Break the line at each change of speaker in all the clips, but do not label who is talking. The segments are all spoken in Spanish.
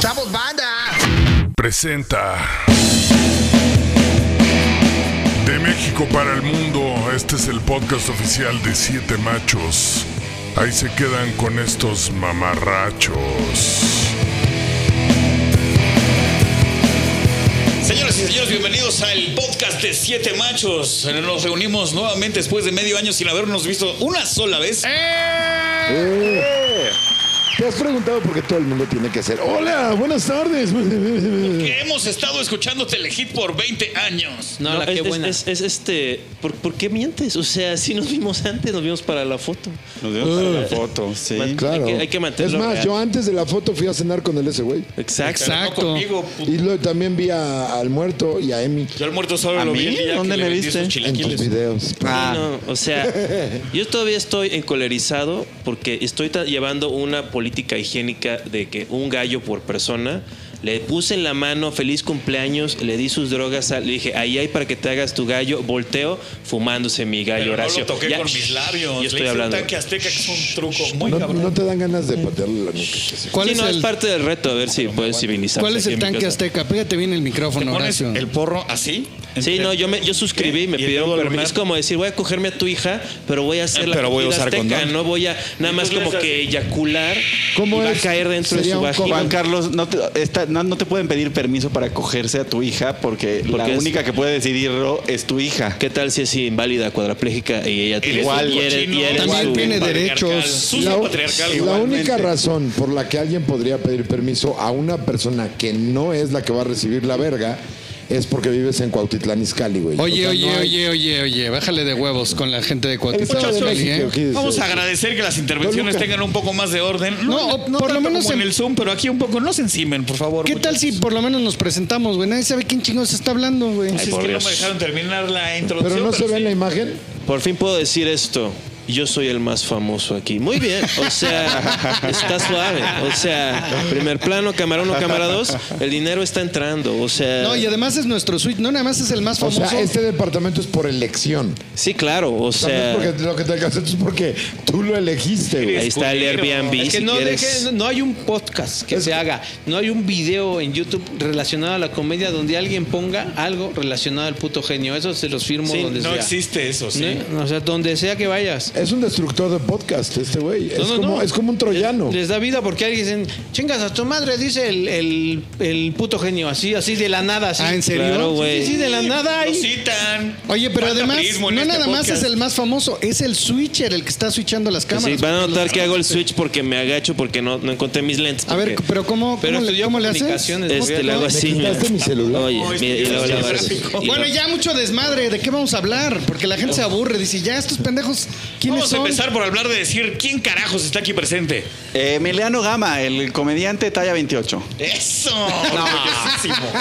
¡Somos banda!
Presenta. De México para el mundo, este es el podcast oficial de Siete Machos. Ahí se quedan con estos mamarrachos.
Señoras y señores, bienvenidos al podcast de Siete Machos. Nos reunimos nuevamente después de medio año sin habernos visto una sola vez.
Eh.
Te has preguntado por qué todo el mundo tiene que hacer. Hola, buenas tardes.
Que hemos estado escuchando Telehit por 20 años.
No,
No,
la
es,
que
es-
buena.
es- es este. ¿por, por qué mientes? O sea, si nos vimos antes, nos vimos para la foto.
Nos vemos para la foto, sí.
Man-
Claro.
Hay que- hay que
es
mantenerlo
más,
real.
yo antes de la foto fui a cenar con el ese güey.
Exacto.
No
Exacto.
conmigo, puto.
Y lo, también vi a- al muerto y a Emi
Yo al muerto solo
¿A
lo vi.
mí?
el día que
¿Dónde me
le vendí
viste?
sus
en tus
chilaquiles.
videos.
Ah,
No, o sea, yo todavía estoy encolerizado porque estoy ta- llevando una política higiénica de que un gallo por persona. Le puse en la mano feliz cumpleaños, le di sus drogas, a- le dije, ahí hay para que te hagas tu gallo, volteo, fumándose mi gallo,
Pero
Horacio.
No lo toqué
Ya,
con mis labios.
Yo
Le
estoy
hice
hablando.
Un tanque azteca que es un truco muy
No,
cabrón.
no te dan ganas de patearle la nuca.
¿Cuál
Sí,
es
no, es
el,
parte del reto, a ver si puedes civilizar.
cuál es el tanque azteca? Pégate bien el
Te
micrófono,
pones
Horacio.
el porro así.
Sí,
entre-
no, yo, me, yo suscribí y me
¿Y el
pidieron
dedo
permiso.
lunar?
Es como decir, voy a cogerme a tu hija, pero voy a hacer la
Ah, Pero voy a
comida
usar
azteca,
condón.
no voy a
Pues
nada más como que eyacular
¿Cómo
y va
es?
a caer dentro de
Sería
su
un
Juan
cobarde.
vagina.
Carlos, no te, está- no, no te pueden pedir permiso para cogerse a tu hija porque,
Porque
la
es-
única que puede decidirlo es tu hija.
¿Qué tal si es inválida, cuadraplégica y ella tiene
Igual,
y eres- y eres
También
su-
tiene
patriarcal,
derechos.
sucio
La-
patriarcal.
la
igualmente.
única razón por la que alguien podría pedir permiso a una persona que no es la que va a recibir la verga es porque vives en Cuautitlán Izcalli, güey. O
Oye,
sea,
oye,
no hay-
oye, oye, oye, bájale de huevos con la gente de
El
Cuautitlán.
Estado de
Izcalli,
México,
¿eh?
¿qué dices?
Vamos a agradecer que las intervenciones
Toluca.
tengan un poco más de orden.
No, o por
tanto
lo menos
como en
en-
el Zoom, pero aquí un poco. No se encimen, por favor.
¿Qué tal si
muchachos.
por lo menos nos presentamos, güey? Nadie sabe quién chingados está hablando, güey.
Si es que no me dejaron terminar la introducción.
Pero no se ve en
sí.
la imagen.
Por fin puedo decir esto. Yo soy el más famoso aquí. Muy bien, o sea, está suave. O sea, primer plano, cámara uno, cámara dos, el dinero está entrando. O sea,
No, y además es nuestro suite, no nada más es el más
O
famoso.
sea, este departamento es por elección.
sí, claro, o
O sea,
sea,
no es porque lo que te alcanzaste es porque tú lo elegiste,
ahí
güey.
está el Airbnb.
Es
si
Es que no,
quieres.
deje- no hay un podcast que se haga, no hay un video en YouTube relacionado a la comedia donde alguien ponga algo relacionado al puto genio. Eso se los firmo
Sí,
donde
No
sea.
existe eso, sí.
¿Eh?
¿No? O sea, donde sea que vayas.
Es un destructor de podcast este güey. Es,
No, no,
como,
no.
es como un troyano.
Les da vida porque alguien dicen, chingas a tu madre, dice el, el- el puto genio, así, así de la nada. Así.
Ah, ¿en serio?
Claro, güey.
Sí, sí, de la nada.
Lo
ay.
citan.
Oye, pero
Falta
además,
prismo
no
en este
nada más
podcast.
es el más famoso, es el switcher el que está switchando las
Pues sí,
cámaras.
van a notar que hago el switch porque me agacho porque no, no encontré mis lentes.
A ver,
porque,
pero ¿cómo,
Pero
cómo, le,
estudió
cómo le haces?
comunicaciones, muy
este
bien,
le hago
¿no?
así.
¿Me quitaste mi celular?
Oye,
No, es
este
mira, y
que
luego
es
le hago así.
gráfico.
Y
Bueno,
no.
ya mucho desmadre, ¿de qué vamos a hablar? Porque la gente se aburre, dice, ya estos pendejos, ¿quiénes
Vamos a
son?
empezar por hablar de decir quién carajos está aquí presente.
Emiliano Gama, el comediante talla 28.
¡Eso!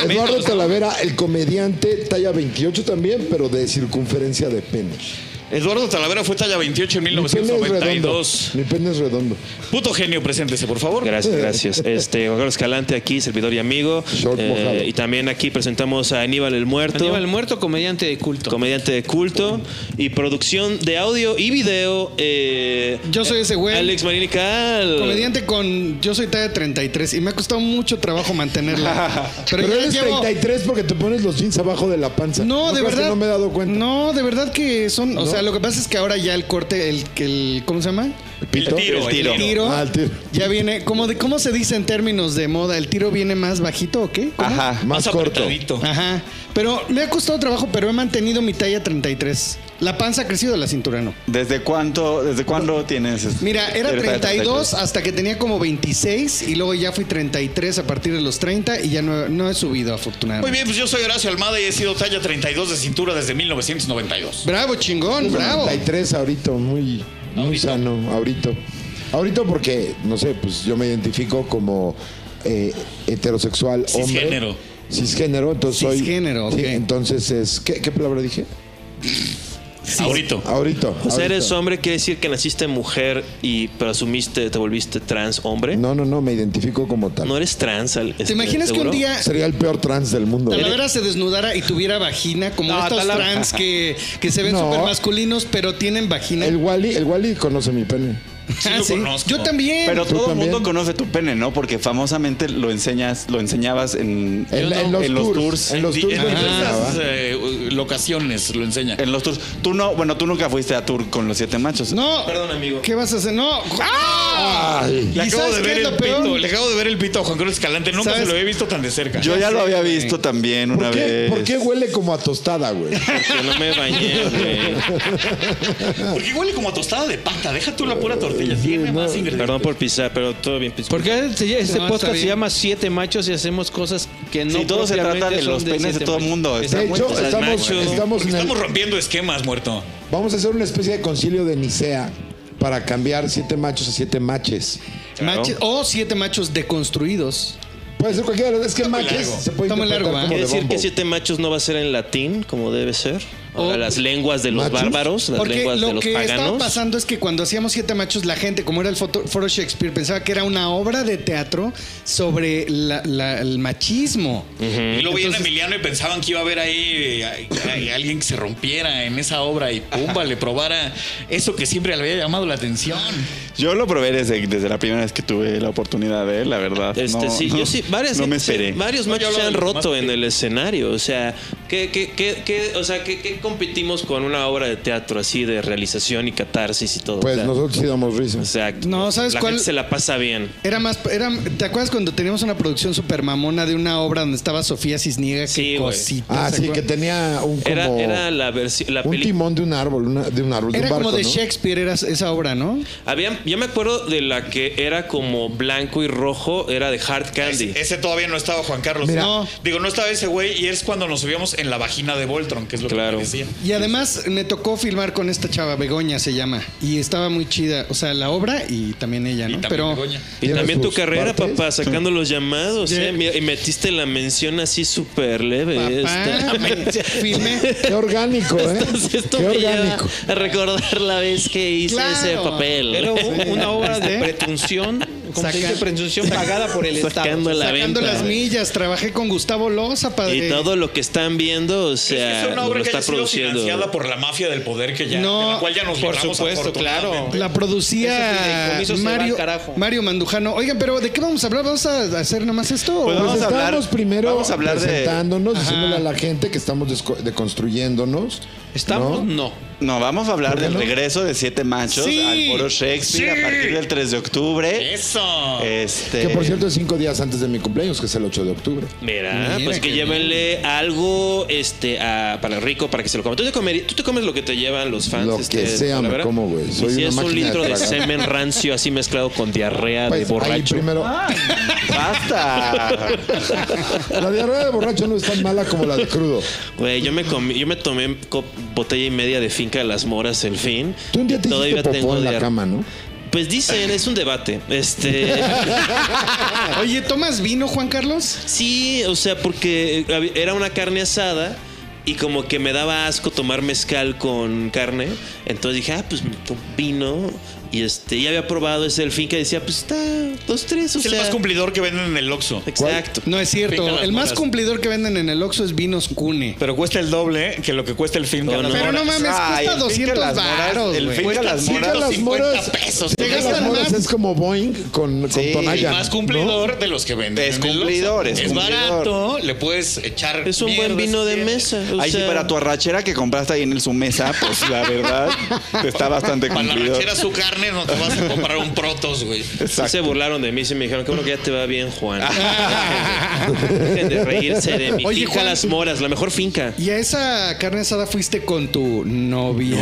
Eduardo Talavera, el comediante, talla 28 también, pero de circunferencia de pene.
Eduardo Talavera fue talla 28 en
Mi pene es redondo.
1992.
Mi pene es redondo.
Puto genio, preséntese, por favor.
Gracias, gracias. Este, Juan Carlos Escalante aquí, servidor y amigo. Eh,
Short mojado.
y también aquí presentamos a Aníbal el Muerto,
Aníbal el muerto, comediante de culto.
comediante de culto y producción de audio y video. eh,
Yo soy ese güey.
Alex Marini Cal.
Comediante con. Yo soy talla 33 y me ha costado mucho trabajo mantenerla. Pero,
Pero,
ya
eres
llevo-
33 porque te pones los jeans abajo de la panza.
No, de
creas que
verdad.
No me he dado cuenta.
No, de verdad que son. O sea, lo que pasa es que ahora ya el corte, el. el ¿Cómo se llama?
¿El
El
pito?
tiro, el
tiro.
tiro.
Tiro.
Ah, el tiro.
Ya viene. ¿cómo, de, ¿Cómo se dice en términos de moda? ¿El tiro viene más bajito o qué? ¿Cómo?
Ajá.
Más corto.
apretadito.
Ajá. Pero me ha costado trabajo, pero he mantenido mi talla 33. La panza ha crecido, la cintura no.
¿Desde cuánto, desde cuándo tienes? este-
Mira, era
eres talla
32 hasta que tenía como 26 y luego ya fui 33 a partir de los 30 y ya no, no he subido afortunadamente.
Muy bien, pues yo soy Horacio Almada y he sido talla 32 de cintura desde 1992.
Bravo, chingón, bravo.
33 ahorita, muy, muy sano, ahorita. Ahorita porque, no sé, pues yo me identifico como eh, heterosexual hombre.
Cisgénero.
Cisgénero, entonces soy...
Cisgénero,
Sí,
ok.
entonces es... ¿qué, qué palabra dije?
Ahorita.
Ah,
Ahorita.
O sea, eres
ahorita.
hombre quiere decir que naciste mujer y pero asumiste, te volviste trans hombre. No,
No, no, no, me identifico como tal.
eres trans. al-
¿Te imaginas que un
seguro?
día
Sería el peor trans del mundo.
Talavera se desnudara y tuviera vagina como
No,
estos
Talavera-
trans que, que se ven
No.
súper masculinos pero tienen vagina? Ah,
El Wally, el Wally conoce mi pene.
Sí, lo conozco.
Yo también.
Pero todo el
también?
mundo conoce tu pene, ¿no? Porque famosamente lo enseñas, lo enseñabas en,
En, en los, tours, En los
Di-
tours.
en
lo enseñaba.
diversas eh, locaciones lo enseña.
En los tours. Tú no, bueno, tú nunca fuiste a tour con los siete machos.
No.
Perdón, amigo.
¿Qué vas a hacer? No. ¡Ah!
Le
¿Y
acabo
sabes
de
qué
ver
es
el
lo peor?
pito, le acabo de ver el pito a Juan Carlos Escalante, nunca
¿Sabes?
se lo había visto tan de cerca.
Yo ya lo había
güey.
visto también una
¿Por qué,
vez.
por qué huele como a tostada, güey?
Porque no me bañé, güey.
Porque huele como a tostada de pata, deja tú la pura tortilla, tiene más ingredientes.
Perdón por pisar, pero todo bien pisado.
Porque este, este
No, está
podcast se
bien.
llama Siete Machos y hacemos cosas que no.
Sí, todo se trata
propiamente
de
son
los penes de
siete
todo el
machos.
mundo.
De
muy
hecho,
mal
estamos,
macho.
estamos
Porque
en el-
estamos rompiendo esquemas, muerto.
Vamos a hacer una especie de concilio de Nicea para cambiar siete machos a siete maches.
Machi- O oh, siete machos deconstruidos.
Puede ser cualquiera, es
Está
que
muy
maches
largo.
se puede
Está muy
interpretar
largo, ¿eh?
como
Quiere
de
decir
bombo.
que siete machos no va a ser en latín, como debe ser. Ahora,
O-
las lenguas de los
¿Machos?
bárbaros, las
Porque
lenguas de
lo
los
que estaba
paganos.
pasando es que cuando hacíamos Siete Machos, la gente, como era el foto- foro Shakespeare, pensaba que era una obra de teatro sobre la- la- el machismo.
Y luego veían a
Mm, Entonces-
Emiliano y pensaban que iba a haber ahí eh, ay, alguien que se rompiera en esa obra y pumba, le probara eso que siempre le había llamado la atención.
Yo lo probé desde, desde la primera vez que tuve la oportunidad de él, la verdad.
Este,
No,
sí, yo sí, varias,
No me
sí,
esperé.
varios
No, yo
machos se
hablaba
han
de los
roto
más
en el escenario. O sea, ¿qué, qué, qué, qué- o sea, ¿qué, qué competimos con una obra de teatro así de realización y catarsis y todo?
Pues
O sea,
nosotros sí damos risa.
Exacto.
No, ¿sabes
la
cuál?
gente se la pasa bien.
Era más, era, ¿te acuerdas cuando teníamos una producción super mamona de una obra donde estaba Sofía Cisniega?
Sí,
Qué
güey.
cosita.
Ah,
¿se
sí, que
acuerdan?
tenía un como...
Era, era la versión, la
un
película.
timón de un árbol, una- de un árbol, de
Era
un barco,
como de
¿no?
Shakespeare era esa obra, ¿no?
Habían, yo me acuerdo de la que era como blanco y rojo, era de Hard Candy.
Ese, ese todavía no estaba Juan Carlos.
Mira.
No. Digo, no estaba ese güey y es cuando nos subíamos en la vagina de Voltron, que es lo
Claro.
que me decía.
Y además me tocó filmar con esta chava, Begoña se llama, y estaba muy chida, o sea, la obra y también ella,
Y
¿no?
también
Ah, Pero
Begoña.
y
Tiene
también tu
sus
carrera,
partes.
papá, sacando los llamados. ¿eh? Mira, Y metiste la mención así este. súper leve.
papá,
esta.
me- filmé.
Qué orgánico, ¿eh?
Esto
Qué
me lleva
orgánico.
a recordar la vez que hice
Claro.
ese papel.
Era u- una obra de
Sí. Este,
pretunción, como se
Saca-
dice, presunción pagada por el
Sacando
Estado.
la
Sacando
venta.
las millas, trabajé con Gustavo Loza, padre.
Y todo lo que están viendo, o
Es que
sea,
es una obra
lo
que
está
haya sido financiada
produciendo.
por la mafia del poder que ya,
No,
de la cual ya nos
por
libramos
supuesto, claro.
afortunadamente.
La
Esos
producía
fideicomisos se
Mario,
van carajo.
Mario Mandujano. Oigan, pero ¿de qué vamos a hablar? ¿Vamos a hacer nada más esto?
Pues
¿O
vamos
Pues
a hablar-
estábamos primero
vamos a hablar de-
presentándonos, diciéndole a la gente que estamos desco- deconstruyéndonos.
Estamos,
Pues ¿no?
no.
No, vamos a hablar
¿Por qué
del
no?
regreso de Siete Machos
Sí.
al Foro Shakespeare
Sí.
a partir del 3 de octubre.
Eso.
Este,
Que por cierto es cinco días antes de mi cumpleaños, que es el 8 de octubre.
Mira,
Mira,
pues que
qué
llévenle algo este a, para el rico para que se lo coma. ¿Tú te, comerías- tú te comes lo que te llevan los fans.
Lo
este,
que sea me
Talavera?
como, güey.
Y
Soy
si
una
es un
máquina de
litro de,
tragar.
semen rancio así mezclado con diarrea
Pues,
de
ahí
borracho.
primero.
Ah,
¡Basta!
La diarrea de borracho no es tan mala como la de crudo.
Güey, yo me comí- yo me tomé co- botella y media de finca de las moras, el fin.
Tú un día te hiciste
Todavía
popó
tengo
en la
diar-
cama, ¿no?
Pues dicen, es un debate. Este,
Oye, ¿tomas vino, Juan Carlos?
sí, o sea, porque eh, hab- era una carne asada y como que me daba asco tomar mezcal con carne, entonces dije, ah, pues me tomo vino y este, ya había probado ese el fin que decía, pues está dos tres, o
es el
sea,
más cumplidor que venden en el Oxxo.
exacto.
No es
Pica
cierto.
las
El más
moras.
cumplidor que venden en el Oxxo es Vinos Cune.
Pero cuesta el doble que lo que cuesta el film.
No,
cada
no.
hora.
Pero no mames, cuesta
Ay, el finca
200
Las Moras,
varos,
el
güey.
finca
Cuesta
Las
100
Moras.
las
50
moras.
pesos.
Te
Finca las
gastan
moras
más.
es como Boeing con, con
Sí,
Tonaya,
El más
¿no?
cumplidor de los que venden.
Es
en el
cumplidor,
Oxxo.
es
Es,
cumplidor.
barato, le puedes echar.
Es un
mierda
buen vino
si
de
quieres.
mesa. o
Ahí sí,
sea,
para tu arrachera que compraste ahí en el su mesa, pues la verdad está bastante
Para la
cumplido.
ranchera su carne no te vas a comprar un protos, güey.
Sí se burlaron de mí, se me dijeron, qué bueno que ya te va bien, Juan.
Ah.
Dejen de reírse de mi
Oye,
finca
Juan.
Las Moras, la mejor finca.
Y a esa carne asada fuiste con tu novia.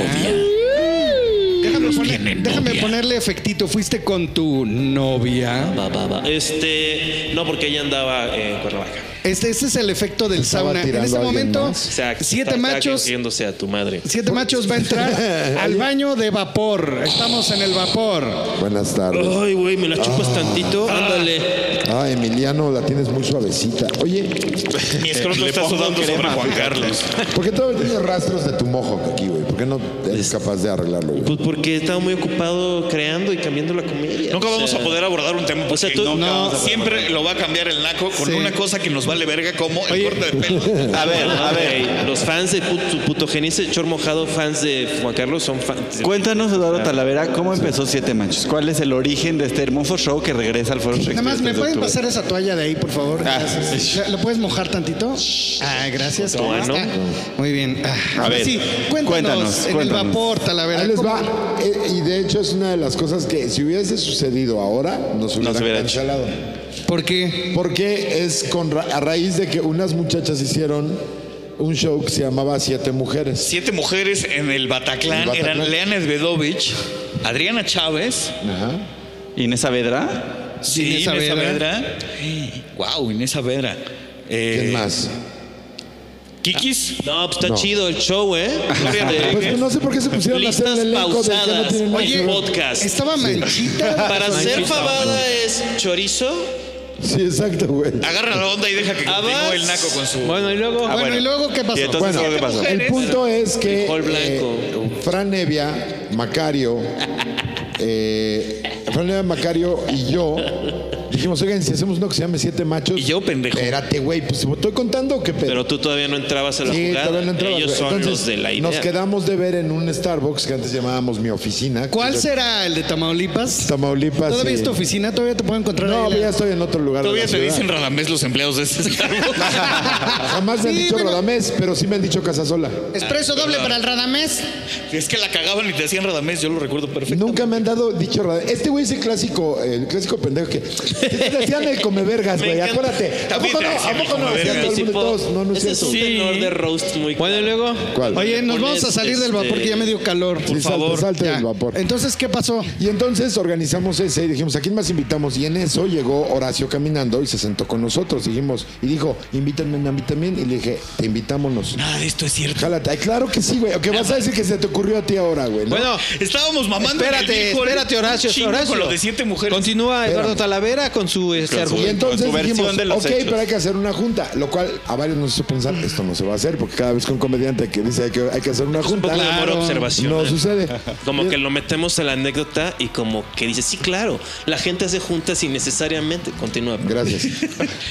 Déjame, poner- déjame ponerle efectito. Fuiste con tu novia.
Va, va, va. Este, no, porque ella andaba en Cuernavaca.
Este, este es el efecto del
Estaba
sauna. En
tirando
este
a alguien
momento,
más.
Exacto.
siete machos.
Yéndose a tu madre.
Siete machos va a entrar al baño de vapor. Estamos en el vapor.
Este
Buenas tardes.
Ay, güey, me la chupas tantito. Ándale.
Ah, Emiliano, la tienes muy suavecita. Oye,
Mi escroto
Eh, Le
está
pongo
sudando sobre
crema.
Juan Carlos.
¿por qué todavía tienes rastros de tu mojo aquí, güey? ¿Por qué no eres capaz de arreglarlo, güey?
Pues porque estaba muy ocupado creando y cambiando la comedia.
Nunca
O
vamos
sea,
a poder abordar un tema.
O sea,
porque
tú-
nunca
no.
vamos a poder siempre lo va a cambiar el naco con
Sí.
una cosa que nos va vale verga cómo el corte de pelo.
A ver, a ver.
Los fans de puto, su puto genio, ese chor mojado, fans de Juan Carlos, son fans.
Cuéntanos, Eduardo Talavera, ¿cómo empezó Siete Machos? ¿Cuál es el origen de este hermoso show que regresa al Foro Shakespeare?
Nada más, ¿me
desde
pueden
octubre?
pasar esa toalla de ahí, por favor?
Ah.
Gracias. ¿La, la puedes mojar tantito? Ah, gracias.
Bueno.
Ahí está.
Muy bien. Ah,
A
Ahora
ver,
sí, cuéntanos,
cuéntanos,
en
cuéntanos.
el vapor,
Ahí
Talavera.
les
¿cómo-
va. Eh, Y de hecho es una de las cosas que si hubiese sucedido ahora, nos hubieran
hubiera hecho.
cancelado.
¿Por qué?
Porque es con ra- a raíz de que unas muchachas hicieron un show que se llamaba Siete Mujeres.
Siete mujeres en el Bataclan,
El Bataclan.
eran Leana Svedovich, Adriana Chávez,
Ajá.
¿Inés Saavedra?
sí, Inés
Inés Saavedra.
Saavedra. Wow, Inés Saavedra. Eh,
¿Quién más?
Kikis.
No, pues está
No.
chido el show, ¿eh? Gloria de-
Pues no sé por qué se pusieron a hacer
Listas
el elenco de que no
pausadas.
tienen nada que
Oye,
ver.
podcast.
Estaba manchita.
Para ser fabada es chorizo,
Sí, exacto, güey.
Agarra la onda y deja que continúe
Abas.
el naco con su.
Bueno, y
Ah,
luego.
bueno, ¿y luego qué pasó?
¿Y entonces
Bueno,
qué pasó?
el punto es que
Frijol blanco.
eh, Fran Nevia, Macario, eh, Fran Nevia, Macario y yo dijimos, oigan, si hacemos uno que se llame Siete Machos.
Y yo, pendejo.
Espérate, güey, pues estoy contando o qué pedo.
pero tú todavía no entrabas a la
Sí,
jugada.
todavía no entrabas,
Ellos
güey.
son
Entonces,
los de la idea.
Nos quedamos de ver en un Starbucks que antes llamábamos mi oficina.
¿Cuál
Que-
será el de Tamaulipas?
Tamaulipas.
¿Todavía
sí.
es tu oficina? ¿Todavía te puedo encontrar
No,
ahí?
ya estoy en otro lugar. de
Todavía
la
te
ciudad.
dicen Radamés los empleados de este
Jamás me han
Sí,
dicho
bueno.
Rodamés, pero sí me han dicho Casasola.
Expreso doble para el Radamés.
Es que la cagaban y te decían Radamés, yo lo recuerdo perfecto.
Nunca me han dado dicho Radamés. Este güey es el clásico, el clásico pendejo que te decían el come vergas,
Me
güey.
encanta.
Acuérdate. ¿A
También
poco
te
no?
decían
¿A
el
poco no?
come
Decían todo el mundo y todos. No, no es
Ese es
cierto.
un tenor de roast muy
Bueno, y luego.
¿Cuál?
Oye, nos
Pones,
vamos a salir del vapor
este,
que ya me dio calor.
Sí, salte,
favor,
salte
Ya.
del vapor.
Entonces, ¿qué pasó?
Y entonces organizamos ese y dijimos, ¿a quién más invitamos? Y en eso llegó Horacio caminando y se sentó con nosotros. Dijimos, y dijo, invítenme a mí también. Y le dije, te invitámonos.
Nada de Ah, esto es cierto.
Jálate. Ay, claro que sí, güey. ¿O qué vas a decir que se te ocurrió a ti ahora, güey? ¿no?
Bueno,
Estábamos mamando. en el
espérate,
Big Hole,
espérate, Horacio.
chingo
Horacio.
Con lo de siete mujeres.
Continúa Eduardo
Espérame.
Talavera con su este
Y
argumento.
entonces
tu versión
dijimos,
de los
ok,
hechos".
pero hay que hacer una junta, lo cual a varios nos hizo pensar, esto no se va a hacer, porque cada vez que un comediante que dice hay que, hay que hacer una
un
junta,
poco de humor
no
observacional.
sucede.
Como que lo metemos a la anécdota y como que dice, sí, claro, la gente hace juntas innecesariamente. Continúa.
Gracias.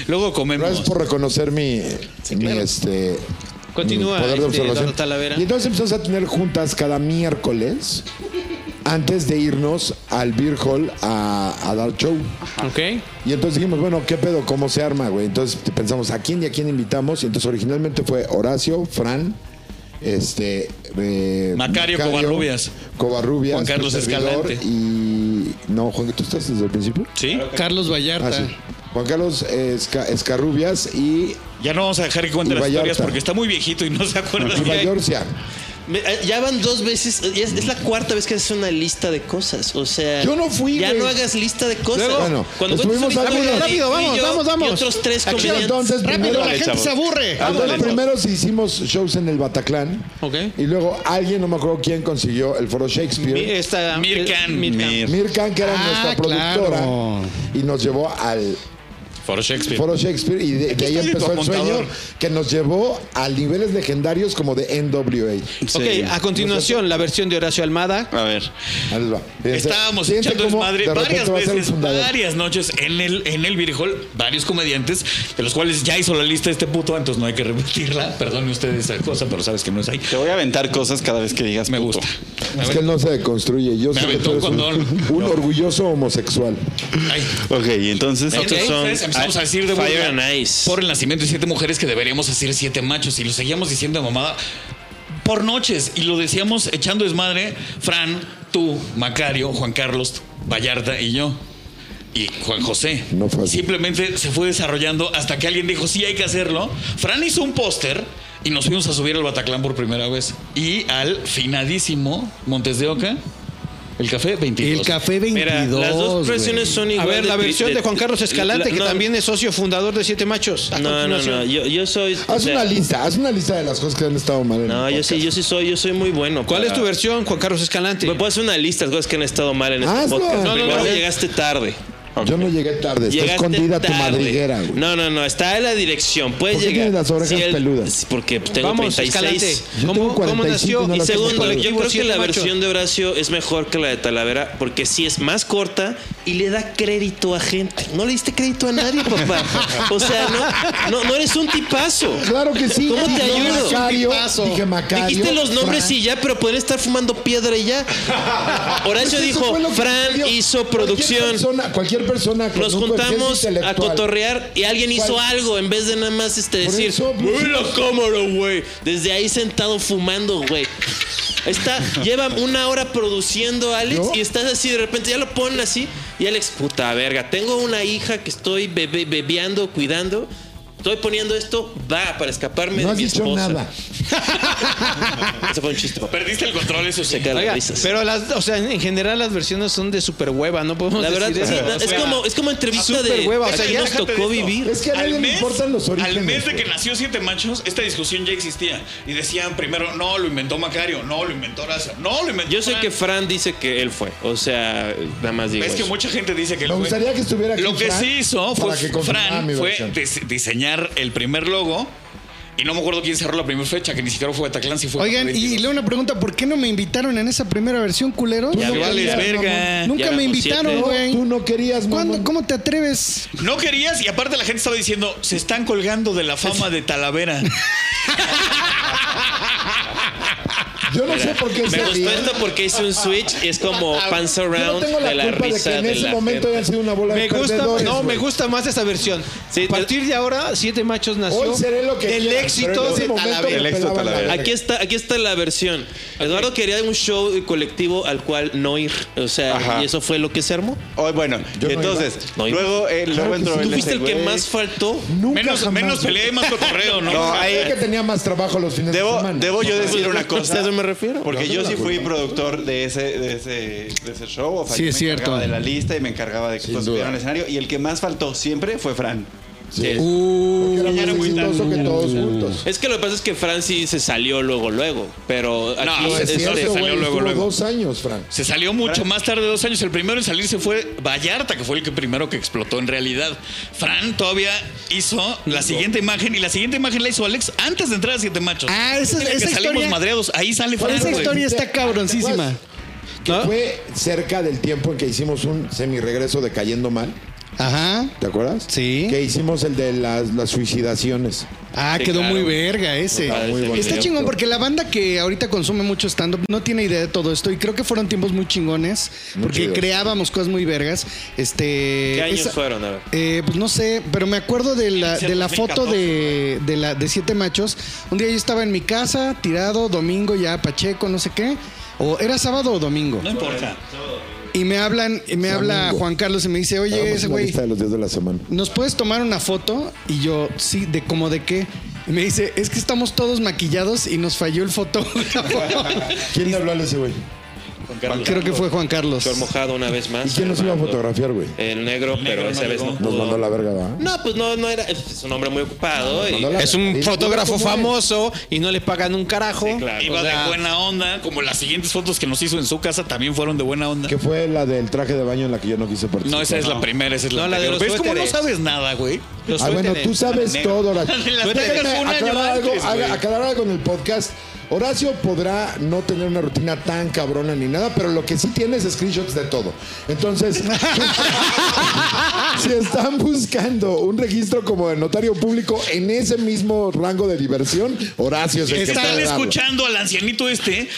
Luego
Gracias
comemos.
por reconocer mi, mi, este,
Continúa,
mi poder de
este,
observación.
Eduardo Talavera.
Y entonces empezamos a tener juntas cada miércoles antes de irnos al Beer Hall a, a dar show.
Ok.
Y entonces dijimos, bueno, ¿qué pedo? ¿Cómo se arma, güey? Entonces pensamos, ¿a quién y a quién invitamos? Y entonces originalmente fue Horacio, Fran, este... eh,
Macario Covarrubias.
Covarrubias.
Juan Carlos
tu servidor,
Escalante.
Y... No, Juan, ¿tú estás desde el principio?
¿Sí?
Carlos Vallarta.
Ah, sí. Juan Carlos eh, Esca- Escarrubias y...
Ya no vamos a dejar que cuente
Y
las historias
Vallarta.
porque está muy viejito y no se acuerda.
y Bayorcia.
Me- eh, ya van dos veces, eh, es, es la cuarta vez que haces una lista de cosas. O sea,
Yo no fui,
Ya
güey.
no hagas lista de cosas.
Luego, Bueno,
cuando
estuvimos
cuentes una
algunos-
historia de
Rápido,
tú y
vamos,
yo
vamos, vamos.
Y otros tres
Aquí
comediantes.
entonces primero...
Rápido, la gente
chavos.
se aburre.
Ah,
Entonces,
Ándale.
primero sí hicimos shows en el Bataclan.
Ok.
Y luego alguien, no me acuerdo quién, consiguió el foro Shakespeare.
Mi- Esta,
Mirkan.
Mir.
Mirkan, que era
Ah,
nuestra productora,
claro.
y nos llevó al
For Shakespeare.
Foro Shakespeare y de, de ahí
estoy de tu
empezó el sueño
apuntador.
que nos llevó a niveles legendarios como de NWA.
Ok, a continuación, la versión de Horacio Almada.
A ver.
Ahí les va. Fíjense,
Estábamos
fíjense
echando
cómo
desmadre
de repente
varias
va a ser el
veces,
fundador.
varias noches en el, en el Beer Hall, varios comediantes, de los cuales ya hizo la lista este puto, entonces no hay que repetirla. Perdone usted esa cosa, pero sabes que no es ahí.
Te voy a aventar cosas cada vez que digas
Me
puto.
gusta.
Es que él no se deconstruye. Yo
Me
sé que
aventó
tú eres
un
un,
condón.
un orgulloso homosexual.
Ay.
Ok, y entonces.
Estos son- empezamos a decir de
Fire
burla
and Ice.
por el nacimiento de siete mujeres que deberíamos hacer siete machos y lo seguíamos diciendo de mamada por noches y lo decíamos echando desmadre Fran, tú, Macario, Juan Carlos, Vallarta y yo. Y Juan José.
No fue así.
Simplemente se fue desarrollando hasta que alguien dijo, sí, hay que hacerlo. Fran hizo un póster y nos fuimos a subir al Bataclan por primera vez. Y al finadísimo Montes de Oca, el café 22.
El Café 22.
Mira, las dos versiones
güey.
son
A
igual.
ver, la
tri-
versión de Juan Carlos Escalante,
la-
que
no,
también es socio fundador de Siete Machos. A
No, no,
continuación.
no. Yo, yo soy. o
Haz
sea,
una lista, haz una lista de las cosas que han estado mal. en
No,
el
yo sí, yo sí soy, yo soy muy bueno.
¿Cuál es tu
para-
versión, Juan Carlos Escalante?
Ah. Me puedo hacer una lista de cosas que han estado mal en este
Hazlo.
podcast.
No, no,
Primero
no.
llegaste tarde.
podcast. Yo no llegué tarde, está
Llegaste
escondida tu
tarde.
madriguera, güey.
No, no, no, está en la dirección. Puedes
¿Por qué
llegar.
tienes las orejas
Sí, el-
peludas?
sí, Porque pues, tengo
Vamos,
36.
Escalante.
Yo
¿Cómo,
tengo
cómo
45
nació?
y no
y
las
segundo,
tengo.
yo creo que la versión
de Horacio es mejor que la de Talavera porque sí es más corta, y le da crédito a gente. No le diste crédito a nadie, papá. O sea, no, no, no eres un tipazo.
Claro que sí.
¿Cómo te
Dije
ayudo?
Macario,
Tipazo.
dije Macario.
Dijiste los nombres
Fran.
y ya, pero pueden estar fumando piedra y ya. Horacio
Pues eso
dijo,
fue lo que
Fran
sucedió.
hizo
Cualquier
producción.
persona- Cualquier persona, con
Nos
un coeficiente
juntamos a
intelectual.
cotorrear y alguien hizo
¿Cuál?
algo en vez de nada más este
Por
decir,
eso, pues,
"Uy, la cámara, güey." Desde ahí sentado fumando, güey. Está, lleva una hora produciendo Alex
¿Yo?
y estás así de repente, ya lo ponen así y Alex, puta verga, tengo una hija que estoy bebe- bebeando, cuidando. Estoy poniendo esto, va, para escaparme
No
de
has
mi
dicho
esposa.
nada.
Ese fue un chiste, papá.
Perdiste el control, eso sí.
Se cae
Oiga,
las risas.
pero las, o sea, en general las versiones son de super hueva, no podemos
La verdad,
decir
sí,
eso.
no, es,
sea,
como, es como entrevista
súper
de
hueva, o
¿a
sea,
qué
ya
nos
déjate
tocó
de esto.
vivir.
Es que a nadie le importan los orígenes.
Al mes de que nació Siete Machos, esta discusión ya existía. Y decían primero, no, lo inventó Macario, no, lo inventó Horacio, no, lo inventó.
Yo sé
Fran.
que Fran dice que él fue. O sea, nada más digo.
Es que
eso.
mucha gente dice que él
Me
fue.
gustaría que estuviera aquí
Lo que
Fran
sí hizo fue
para que confirmara
Fran
mi
fue
versión.
dis- diseñar el primer logo. Y no me acuerdo quién cerró la primera fecha, que ni siquiera fue Ataclán, si fue.
Oigan, y le una pregunta, ¿por qué no me invitaron en esa primera versión, culero?
Ya
no
vales
querías,
verga.
Nunca
ya éramos
me invitaron,
siete.
güey.
Tú no querías,
¿Cuándo?
mamón.
¿Cómo te atreves?
No querías, y aparte la gente estaba diciendo, se están colgando de la fama de Talavera.
Yo no sé por qué
Me
se
gustó
ríen.
esto porque es un switch y es como pants
Ah, Yo no
around
tengo la,
de la
culpa
risa
de que en
de
ese
la
momento
gente.
hayan sido una bola
Me
de
gusta,
perdedores.
no, me
güey.
gusta más esa versión.
Sí,
a partir de ahora, Siete Machos nació
Hoy seré lo que quieras,
del
pero en
éxito
ese
de
momento
Talavera.
me
El éxito de
pelaban la
Talavera.
verga.
Aquí está, aquí está la versión. Eduardo quería un show colectivo al cual no ir. O sea,
Ajá.
y eso fue lo que se armó.
Oh, bueno,
Yo no
entonces,
No iba.
luego, eh, luego
que
entró
sí.
el
Tú fuiste
ese
el que
güey.
más faltó.
Nunca
menos,
jamás.
menos pelea y más cotorreo, ¿no?
No, ahí-
Sabía que tenía más trabajo los fines de
Debo,
semana.
debo yo decir una
¿A
cosa.
eso me refiero?
Porque
No,
yo
no
sí
la
fui
culpa.
productor de ese, de ese, de ese show. O sea,
Sí,
yo
es
me
cierto.
encargaba de la lista y me encargaba de que
Sin
todos
duda.
estuvieran en el escenario. Y el que más faltó siempre fue Fran.
Sí.
Uh,
Porque era
ya era
más
muy
exitoso que todos juntos.
Es que lo que pasa es que Francis se salió luego, luego. Pero aquí
No,
es-
se
es-
salió
es-
Ah, güey,
luego,
estuvo
luego.
dos años, Frank.
Se salió mucho más tarde, dos años. El primero en salirse fue Vallarta, que fue el que primero que explotó en realidad. Fran todavía hizo la siguiente imagen y la siguiente imagen la hizo Alex antes de entrar a Siete Machos.
Ah, esa-
En la que
esa
salimos
historia-
madreados. Ahí sale Fran.
Esa
güey.
historia está
¿Te
cabroncísima.
acuerdas? Que fue cerca del tiempo en que hicimos un semirregreso de Cayendo Mal.
Ajá.
¿Te acuerdas?
Sí.
Que hicimos el de las, las suicidaciones.
Ah,
Sí,
quedó
claro.
muy verga ese.
Ah, ese
muy bonito.
Está
video.
chingón porque la banda que ahorita consume mucho stand-up no tiene idea de todo esto y creo que fueron tiempos muy chingones
Muy
porque
chidos.
creábamos cosas muy vergas. Este,
¿Qué años
esa-
fueron? A ver.
Eh, pues no sé, pero me acuerdo de la,
Inicia
de la
2014,
foto de, de, la, de Siete Machos. Un día yo estaba en mi casa, tirado, domingo ya, Pacheco, no sé qué. O era sábado o domingo.
No importa.
Y me hablan, y me habla
Domingo.
Juan Carlos y me dice, oye,
Hagamos
ese
una
güey,
lista de los días de la semana.
¿nos puedes tomar una foto? Y yo, sí, de como de qué. Y me dice, es que estamos todos maquillados y nos falló el fotógrafo.
¿Quién le habló a ese güey?
Creo que fue Juan Carlos.
Flor mojado una vez más.
¿Y quién nos iba a
Armando.
fotografiar, güey?
El negro,
El negro
pero
no
esa vez
llegó.
no
Nos
pudo.
mandó la verga, ¿verdad?
No, pues no, no era. Es un hombre muy ocupado. y-
mandó la-
Es un
Sí,
fotógrafo
¿cómo es?
famoso y no le pagan un carajo.
Sí, claro.
Iba
O sea,
de buena onda, como las siguientes fotos que nos hizo en su casa también fueron de buena onda.
Que fue la del traje de baño en la que yo no quise participar.
No, esa es la primera, esa es la
No, la de
anterior.
los
¿Ves cómo no
suéteres.
sabes nada, güey?
los
Ah, bueno,
suéteres.
tú sabes
Negro.
todo, Horacio.
De las
Déjame
negras un año
aclarar algo,
antes, güey.
haga- aclarar algo en el podcast. Horacio podrá no tener una rutina tan cabrona ni nada, pero lo que sí tiene es screenshots de todo. Entonces, si están buscando un registro como de notario público en ese mismo rango de diversión, Horacio se
Están escuchando al ancianito este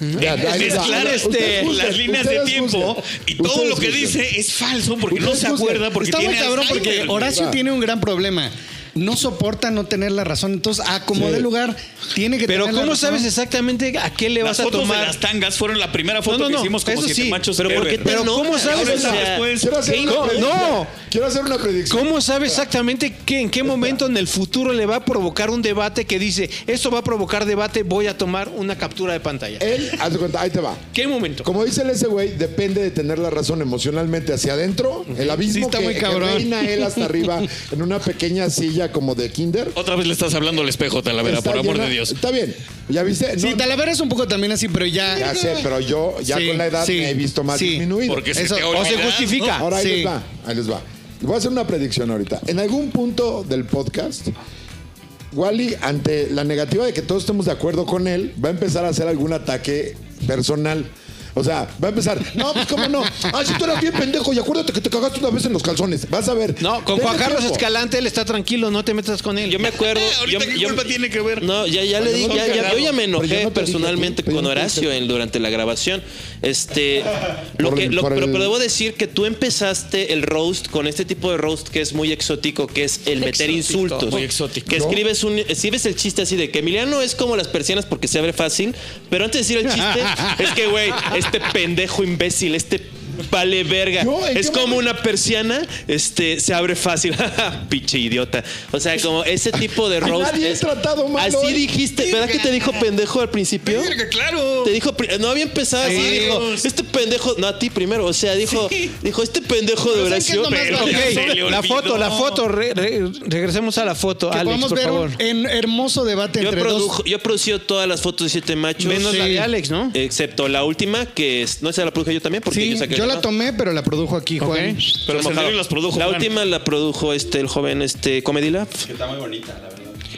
mezclar este, las líneas de tiempo y todo lo que dice es falso porque no
Ustedes
se
busquen.
acuerda porque
Está muy
tiene
cabrón
Alzheimer,
porque
güey.
Horacio
Va.
tiene un gran problema. No soporta no tener la razón. Entonces, a como de lugar, tiene que
Pero
tener la
¿cómo
razón.
sabes exactamente a qué le
Las
vas a
fotos de
tomar?
las tangas fueron la primera foto
No, no,
que
no,
hicimos como
eso
siete
sí,
machos.
pero ¿por qué
ever.
te
Pero
no?
¿cómo sabes?
Ahora
O sea,
después-
Quiero hacer,
¿Qué?
una
No,
predicción.
no.
Quiero hacer una predicción.
¿Cómo sabe exactamente qué, en qué momento en el futuro le va a provocar un debate que dice, esto va a provocar debate, voy a tomar una captura de pantalla?
Él, haz de cuenta, ahí te va.
¿Qué momento?
Como dice el ese güey, depende de tener la razón emocionalmente hacia adentro, el abismo
Sí, está
que,
muy
que
cabrón.
reina él hasta arriba en una pequeña silla como de kinder.
Otra vez le estás hablando al espejo, Talavera,
Está
por amor
llena-
de Dios.
Está bien. ¿Ya viste?
Sí,
No,
Talavera es un poco también así, pero ya.
ya sé, pero yo ya
Sí,
con la edad
sí,
me he visto más
sí.
disminuido.
Porque
Eso-
se te
o se
olvida, ¿no?
justifica.
Ahora ahí
Sí.
les va, ahí les va. Voy a hacer una predicción ahorita. En algún punto del podcast, Wally, ante la negativa de que todos estemos de acuerdo con él, va a empezar a hacer algún ataque personal. O sea, va a empezar. No, pues cómo no. Ah, si tú eras bien pendejo y acuérdate que te cagaste una vez en los calzones. Vas a ver.
No, con
Dale
Juan Carlos
tiempo.
Escalante él está tranquilo, no te metas con él.
Yo me acuerdo.
Eh, ahorita
yo-
qué
yo-
culpa tiene que ver.
No, ya, ya le di, ya- ya- yo ya me
Pero yo
enojé
no te dije,
personalmente
pero yo
con
no te
Horacio
dije.
en, durante la grabación. Este, lo
Por
que,
el-
lo-
por
pero,
el-
pero debo decir que tú empezaste el roast con este tipo de roast que es muy exótico, que es el meter insultos.
Muy exótico.
Que escribes un, escribes el chiste así de que Emiliano es como las persianas porque se abre fácil, pero antes de decir el chiste es que güey, este pendejo imbécil, este Vale verga.
Yo, ¿en
es
qué
como
momento?
una persiana, este se abre fácil. Pinche idiota. O sea, como ese tipo de
A
roast.
nadie he
es-
tratado mal
Así
hoy.
dijiste, ¿verdad que te dijo pendejo al principio?
Verga, claro.
Te dijo, pri- no había empezado así, dijo, este pendejo, no a ti primero, o sea, dijo, dijo, este pendejo de
Pues, ¿saben qué
Horacio.
es lo más
Pero-
valioso?
se le
Ok, la
olvidó.
foto, la foto. re- re- regresemos a la foto,
Que
Alex,
podamos
por
ver
favor.
un en hermoso debate
Yo,
entre dos.
produjo, yo he producido todas las fotos de siete machos.
Eh, Menos la de Alex, ¿no?
Eh, Excepto la última, que es, no esa la produje yo también, porque
Sí,
yo saqué
yo la
¿no?
tomé, pero la produjo aquí, Juan.
Ok.
Pero
Mojado.
Sendero las produjo.
La
Juan.
última la produjo este el joven este Comedy Lab.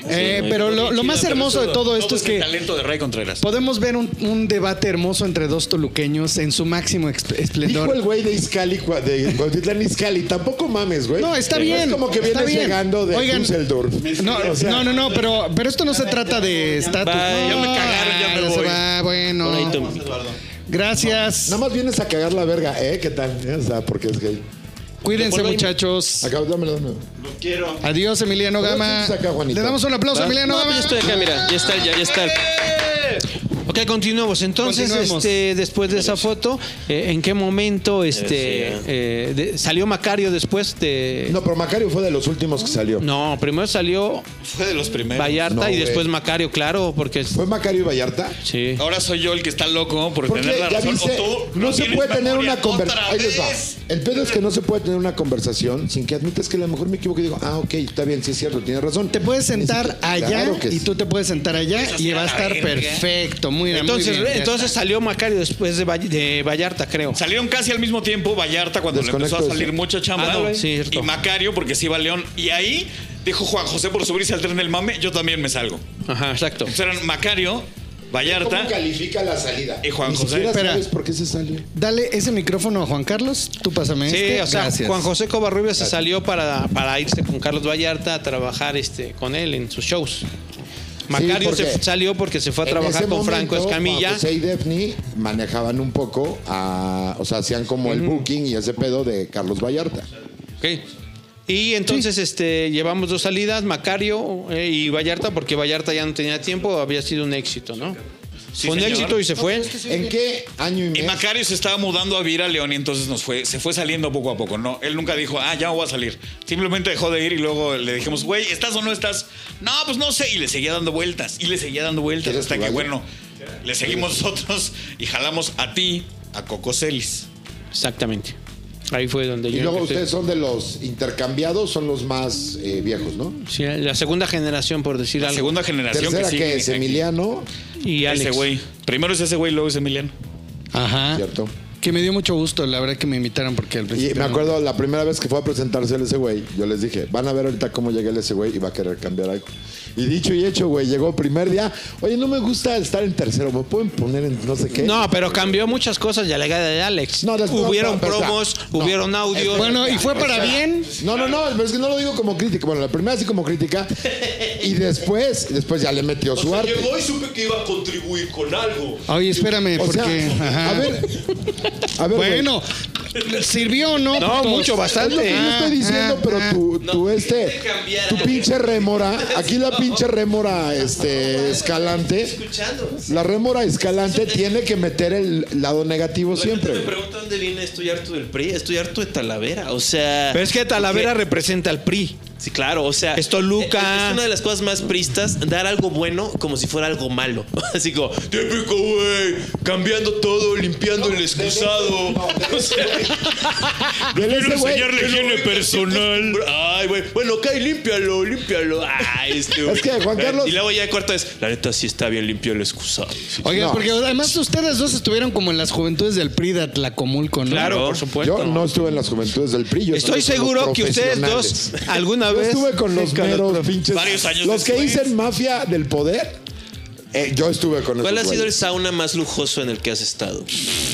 Eh,
Sí,
pero
muy
lo, lo
chida,
más
pero
hermoso de todo esto
Todo
es que
el talento de Ray Contreras.
Pues,
podemos ver un, un debate hermoso entre dos toluqueños en su máximo exp-
Dijo
esplendor.
el güey de Iscali, cua- de Cuautitlán Iscali. Tampoco mames, güey.
No, está bien.
Es como que
está
vienes
bien.
llegando de
Oigan,
Düsseldorf.
No,
O sea,
no, no, no, pero, pero esto no se trata de estatus. No,
Bye. Ya me
cagaron, ya me
se
voy.
va, bueno.
Ahí tú-
Pues, Gracias.
Nada más vienes a cagar la verga, ¿eh? ¿Qué tal? O sea, porque es gay.
Cuídense, muchachos.
Acá, dámelo, dámelo.
Adiós, Emiliano
Pero
Gama.
sí saca, Juanito.
Le damos un aplauso a Emiliano
No,
Gama.
pues yo estoy acá, mira, ya está, ya, ya está.
Ok, continuamos. Entonces,
Continuemos.
este, después de esa foto, eh, ¿en qué momento este,
Universidad.
eh, de- salió Macario después de...
No, pero Macario fue de los últimos que salió.
No, primero salió
Fue de los primeros.
Vallarta
No,
y
güey.
después Macario, claro, porque... es-
¿Fue Macario y Vallarta?
Sí.
Ahora soy yo el que está loco por
Porque
tener la
ya
razón.
viste,
O tú
no se
tienes
puede tener
memoria.
una conversación.
¡Otra
Ahí les va.
vez!
El pedo es que no se puede tener una conversación sin que admitas que a lo mejor me equivoco y digo, ah, ok, está bien, sí es cierto, tienes razón.
Te puedes sentar allá
Claro que
y
sí.
tú te puedes sentar allá y va a estar perfecto. Muy bien.
Entonces,
muy bien, ya
entonces salió Macario después de, Vall- de Vallarta, creo.
Salieron casi al mismo tiempo Vallarta cuando le
Desconecto
empezó a
eso.
salir mucha chamba.
Ah, no, sí, cierto.
y Macario porque se iba a León. Y ahí dijo Juan José por subirse al tren del mame, yo también me salgo.
Ajá, exacto.
Entonces eran Macario,
¿Cómo
Vallarta.
califica la salida?
Y Juan
Ni
José,
siquiera
espera.
sabes por qué se salió.
Dale ese micrófono a Juan Carlos. Tú pásame
Sí,
este.
o sea,
Gracias.
Juan José Covarrubias se salió para, para irse con Carlos Vallarta a trabajar este, con él en sus shows. Macario
porque
se f- salió porque se fue a
En
trabajar
ese
con Franco
momento,
Escamilla.
Juan José y Defni manejaban un poco, a, o sea, hacían como el booking y ese pedo de Carlos Vallarta.
Ok. Y entonces este, llevamos dos salidas, Macario eh, y Vallarta, porque Vallarta ya no tenía tiempo, había sido un éxito, ¿no?
Sí,
Fue un
señor.
éxito y se fue.
¿En qué año y
Y
mes?
Macario se estaba mudando a vivir a León y entonces nos fue, se fue saliendo poco a poco. No, él nunca dijo, ah, ya me voy a salir. Simplemente dejó de ir y luego le dijimos, güey, ¿estás o no estás? No, pues no sé. Y le seguía dando vueltas y le seguía dando vueltas
¿Quieres
hasta que,
jugarle?
bueno, le seguimos nosotros y jalamos a ti, a Cocoselis.
Exactamente. Ahí fue donde yo.
y luego
empecé.
ustedes son de los intercambiados, son los más eh, viejos, ¿no?
Sí, la segunda generación, por decir
La
algo.
segunda generación
Tercera que,
sigue
es
aquí.
Emiliano,
Y Alex.
Ese güey. Primero es ese güey, luego es Emiliano.
Ajá.
¿cierto?
Que me dio mucho gusto, la verdad, que me invitaron porque al principio.
Y me acuerdo la primera vez que fue a presentarse el ese güey, yo les dije, van a ver ahorita cómo llega el ese güey y va a querer cambiar algo. Y dicho y hecho, güey, llegó primer día, oye, no me gusta estar en tercero, ¿me pueden poner en no sé qué?
No, pero cambió muchas cosas ya la llegada de Alex.
No, después-
hubieron
no, pues,
promos,
no.
hubieron audios.
Bueno, y fue para bien.
No, no, no, pero es que no lo digo como crítica. Bueno, la primera sí como crítica. Y después, después ya le metió su arte.
Llegó y supe que iba a contribuir con algo.
Oye, espérame,
O sea,
porque. ajá.
a ver. A ver,
bueno, ¿sirvió o no? Pues,
No,
putos?
mucho,
güey, es lo que
bastante.
yo estoy diciendo,
Ah,
pero
ah,
tu, tu este, tu pinche rémora, aquí la pinche rémora, este, escalante, la rémora escalante tiene que meter el lado negativo
Me
siempre.
preguntan dónde viene estoy harto del PRI, estoy harto de Talavera, o sea...
Pero es que Talavera
porque-
representa al PRI.
Sí, claro, o sea...
Es Toluca.
Es, es una de las cosas más pristas, dar algo bueno como si fuera algo malo. Así como, típico, güey, cambiando todo, limpiando el excusado. O sea,
Del ese güey,
higiene personal.
Ay, güey. Bueno, ok, límpialo, límpialo. Ay, este, güey.
Es que, Juan Carlos-
Y luego ya el cuarto es, la neta sí está bien limpio el excusado.
Oigan,
No.
porque además ustedes dos estuvieron como en las juventudes del PRI de Atlacomulco, ¿no?
por supuesto.
yo no estuve en las juventudes del PRI. yo
Estoy
estuve con los
seguro que ustedes dos
profesionales.
alguna
Yo
vez.
estuve con los
Sí, con los
meros
profe-
pinches.
Varios años
los que
después.
dicen mafia del poder. Eh, yo estuve con
¿Cuál ha
esos
sido el
güeyes.
sauna más lujoso en el que has estado?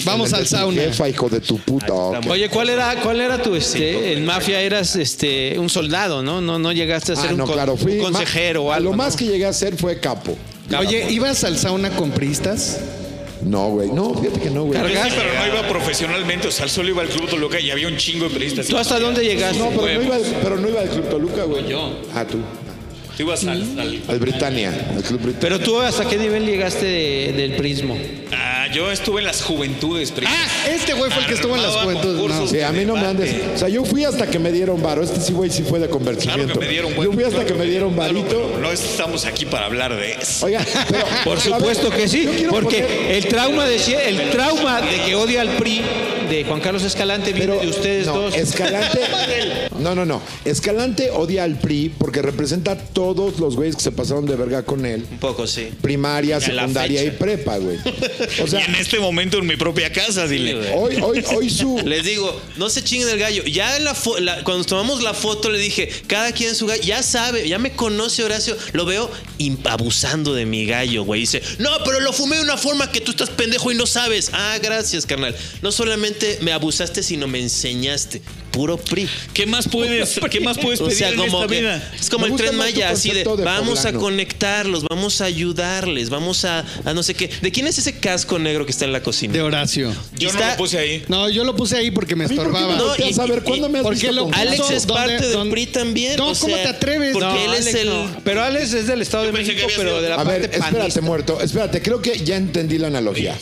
Vamos al sauna.
Jefa, hijo de tu puta. ok.
Oye, ¿cuál era, cuál era tu este? En mafia eras este un soldado, ¿no? No, no llegaste a ser
Ah,
un,
no,
con-
claro, fui
un
ma-
consejero o algo.
Lo más
¿no?
que llegué a hacer fue capo.
Oye, ¿ibas al sauna con pristas?
No, güey. No, fíjate que no, güey.
Yo sí, pero no iba profesionalmente. O sea, solo iba al Club Toluca y había un chingo de periodistas.
¿Tú hasta dónde llegaste?
No, pero no, iba, al- pero no iba al Club Toluca, güey.
yo.
Ah, tú.
Tú ibas al... al-
Al Britannia. Al Club Britannia.
Pero tú, ¿hasta qué nivel llegaste de- del prismo?
Ah, yo estuve en las juventudes, primo.
Ah, este güey fue el que estuvo en las
Armaba
juventudes. No.
concursos.
Sí, a mí no me andes. O sea, yo fui hasta que me dieron varo. Este sí, güey, sí fue de convertimiento.
Claro que me dieron, güey.
Yo fui hasta que me dieron
Claro,
varito.
pero no estamos aquí para hablar de eso.
Oiga, pero.
Por
a ver,
supuesto que sí,
yo quiero
porque
poner-
el trauma de sie- el trauma de que odia al PRI de Juan Carlos Escalante viene
Pero
de ustedes
no,
dos.
Escalante. no, no, no. Escalante odia al PRI porque representa a todos los güeyes que se pasaron de verga con él.
Un poco, sí.
Primaria,
la
secundaria y
fecha.
prepa, güey. O
y
sea,
en este momento en mi propia casa, dile.
hoy, hoy, hoy su.
Les digo, no se chinguen el gallo. Ya en la fo- la- cuando tomamos la foto le dije, cada quien su gallo. Ya sabe, ya me conoce Horacio. Lo veo im- abusando de mi gallo, güey. Dice, no, pero lo fumé de una forma que tú estás pendejo y no sabes. Ah, gracias, carnal. No solamente me abusaste, sino me enseñaste. Puro PRI.
¿Qué más puedes, ¿qué más puedes
O
pedir
sea,
en
como
esta
que-
vida?
es como
Me
el
gusta
tren
más tu
Maya, así de
concepto de
vamos
poblano.
a conectarlos, vamos a ayudarles, vamos a, a no sé qué. ¿De quién es ese casco negro que está en la cocina?
De Horacio.
Yo no
Está-
lo puse ahí.
No, yo lo puse ahí porque me
¿A mí por qué
estorbaba.
me
No,
volteas
y-
a ver, ¿cuándo
y-
me has
¿por
visto
qué lo-
con-
Ale-
Alex
No,
es
¿dónde-
parte del
dónde-
PRI también.
No,
o
¿cómo
sea,
te atreves?
Porque
No,
él es
Alex,
el.
no. Pero Alex es del Estado de
Yo pensé que
México,
había
pero
sido-
de la
A
parte
ver, espérate,
panista.
muerto. Espérate, creo que ya entendí la analogía.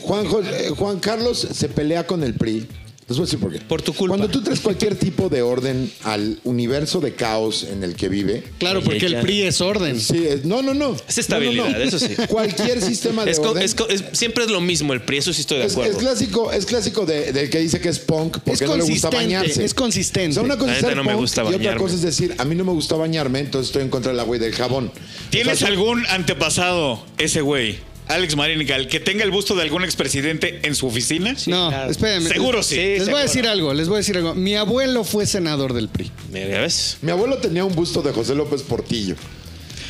Juan, Jo- eh, Juan Carlos se pelea con el PRI. Les voy a decir por qué.
Por tu culpa.
Cuando tú traes cualquier tipo de orden al universo de caos en el que vive.
Claro, porque el PRI es orden.
Sí, es- no, no, no.
Es estabilidad,
No, no, no.
eso sí.
Cualquier sistema de
es co-
orden.
es co- es- siempre es lo mismo el PRI, eso sí estoy de
Es, es
acuerdo.
clásico, es clásico de- del que dice que es punk porque
es
no le gusta
consistente.
bañarse.
Es consistente.
O sea, una cosa
La
es
neta
ser
no me
punk
gusta
y otra
bañarme.
cosa es decir, a mí no me gusta bañarme, entonces estoy en contra de la güey del jabón.
¿Tienes
O sea,
algún antepasado, ese güey? Alex Marínica, el que tenga el busto de algún expresidente en su oficina.
no,
claro.
espérenme.
Seguro sí. Sí,
Les voy
seguro.
a decir algo, les voy a decir algo. Mi abuelo fue senador del PRI.
Mira, ¿ves?
Mi abuelo tenía un busto de José López Portillo.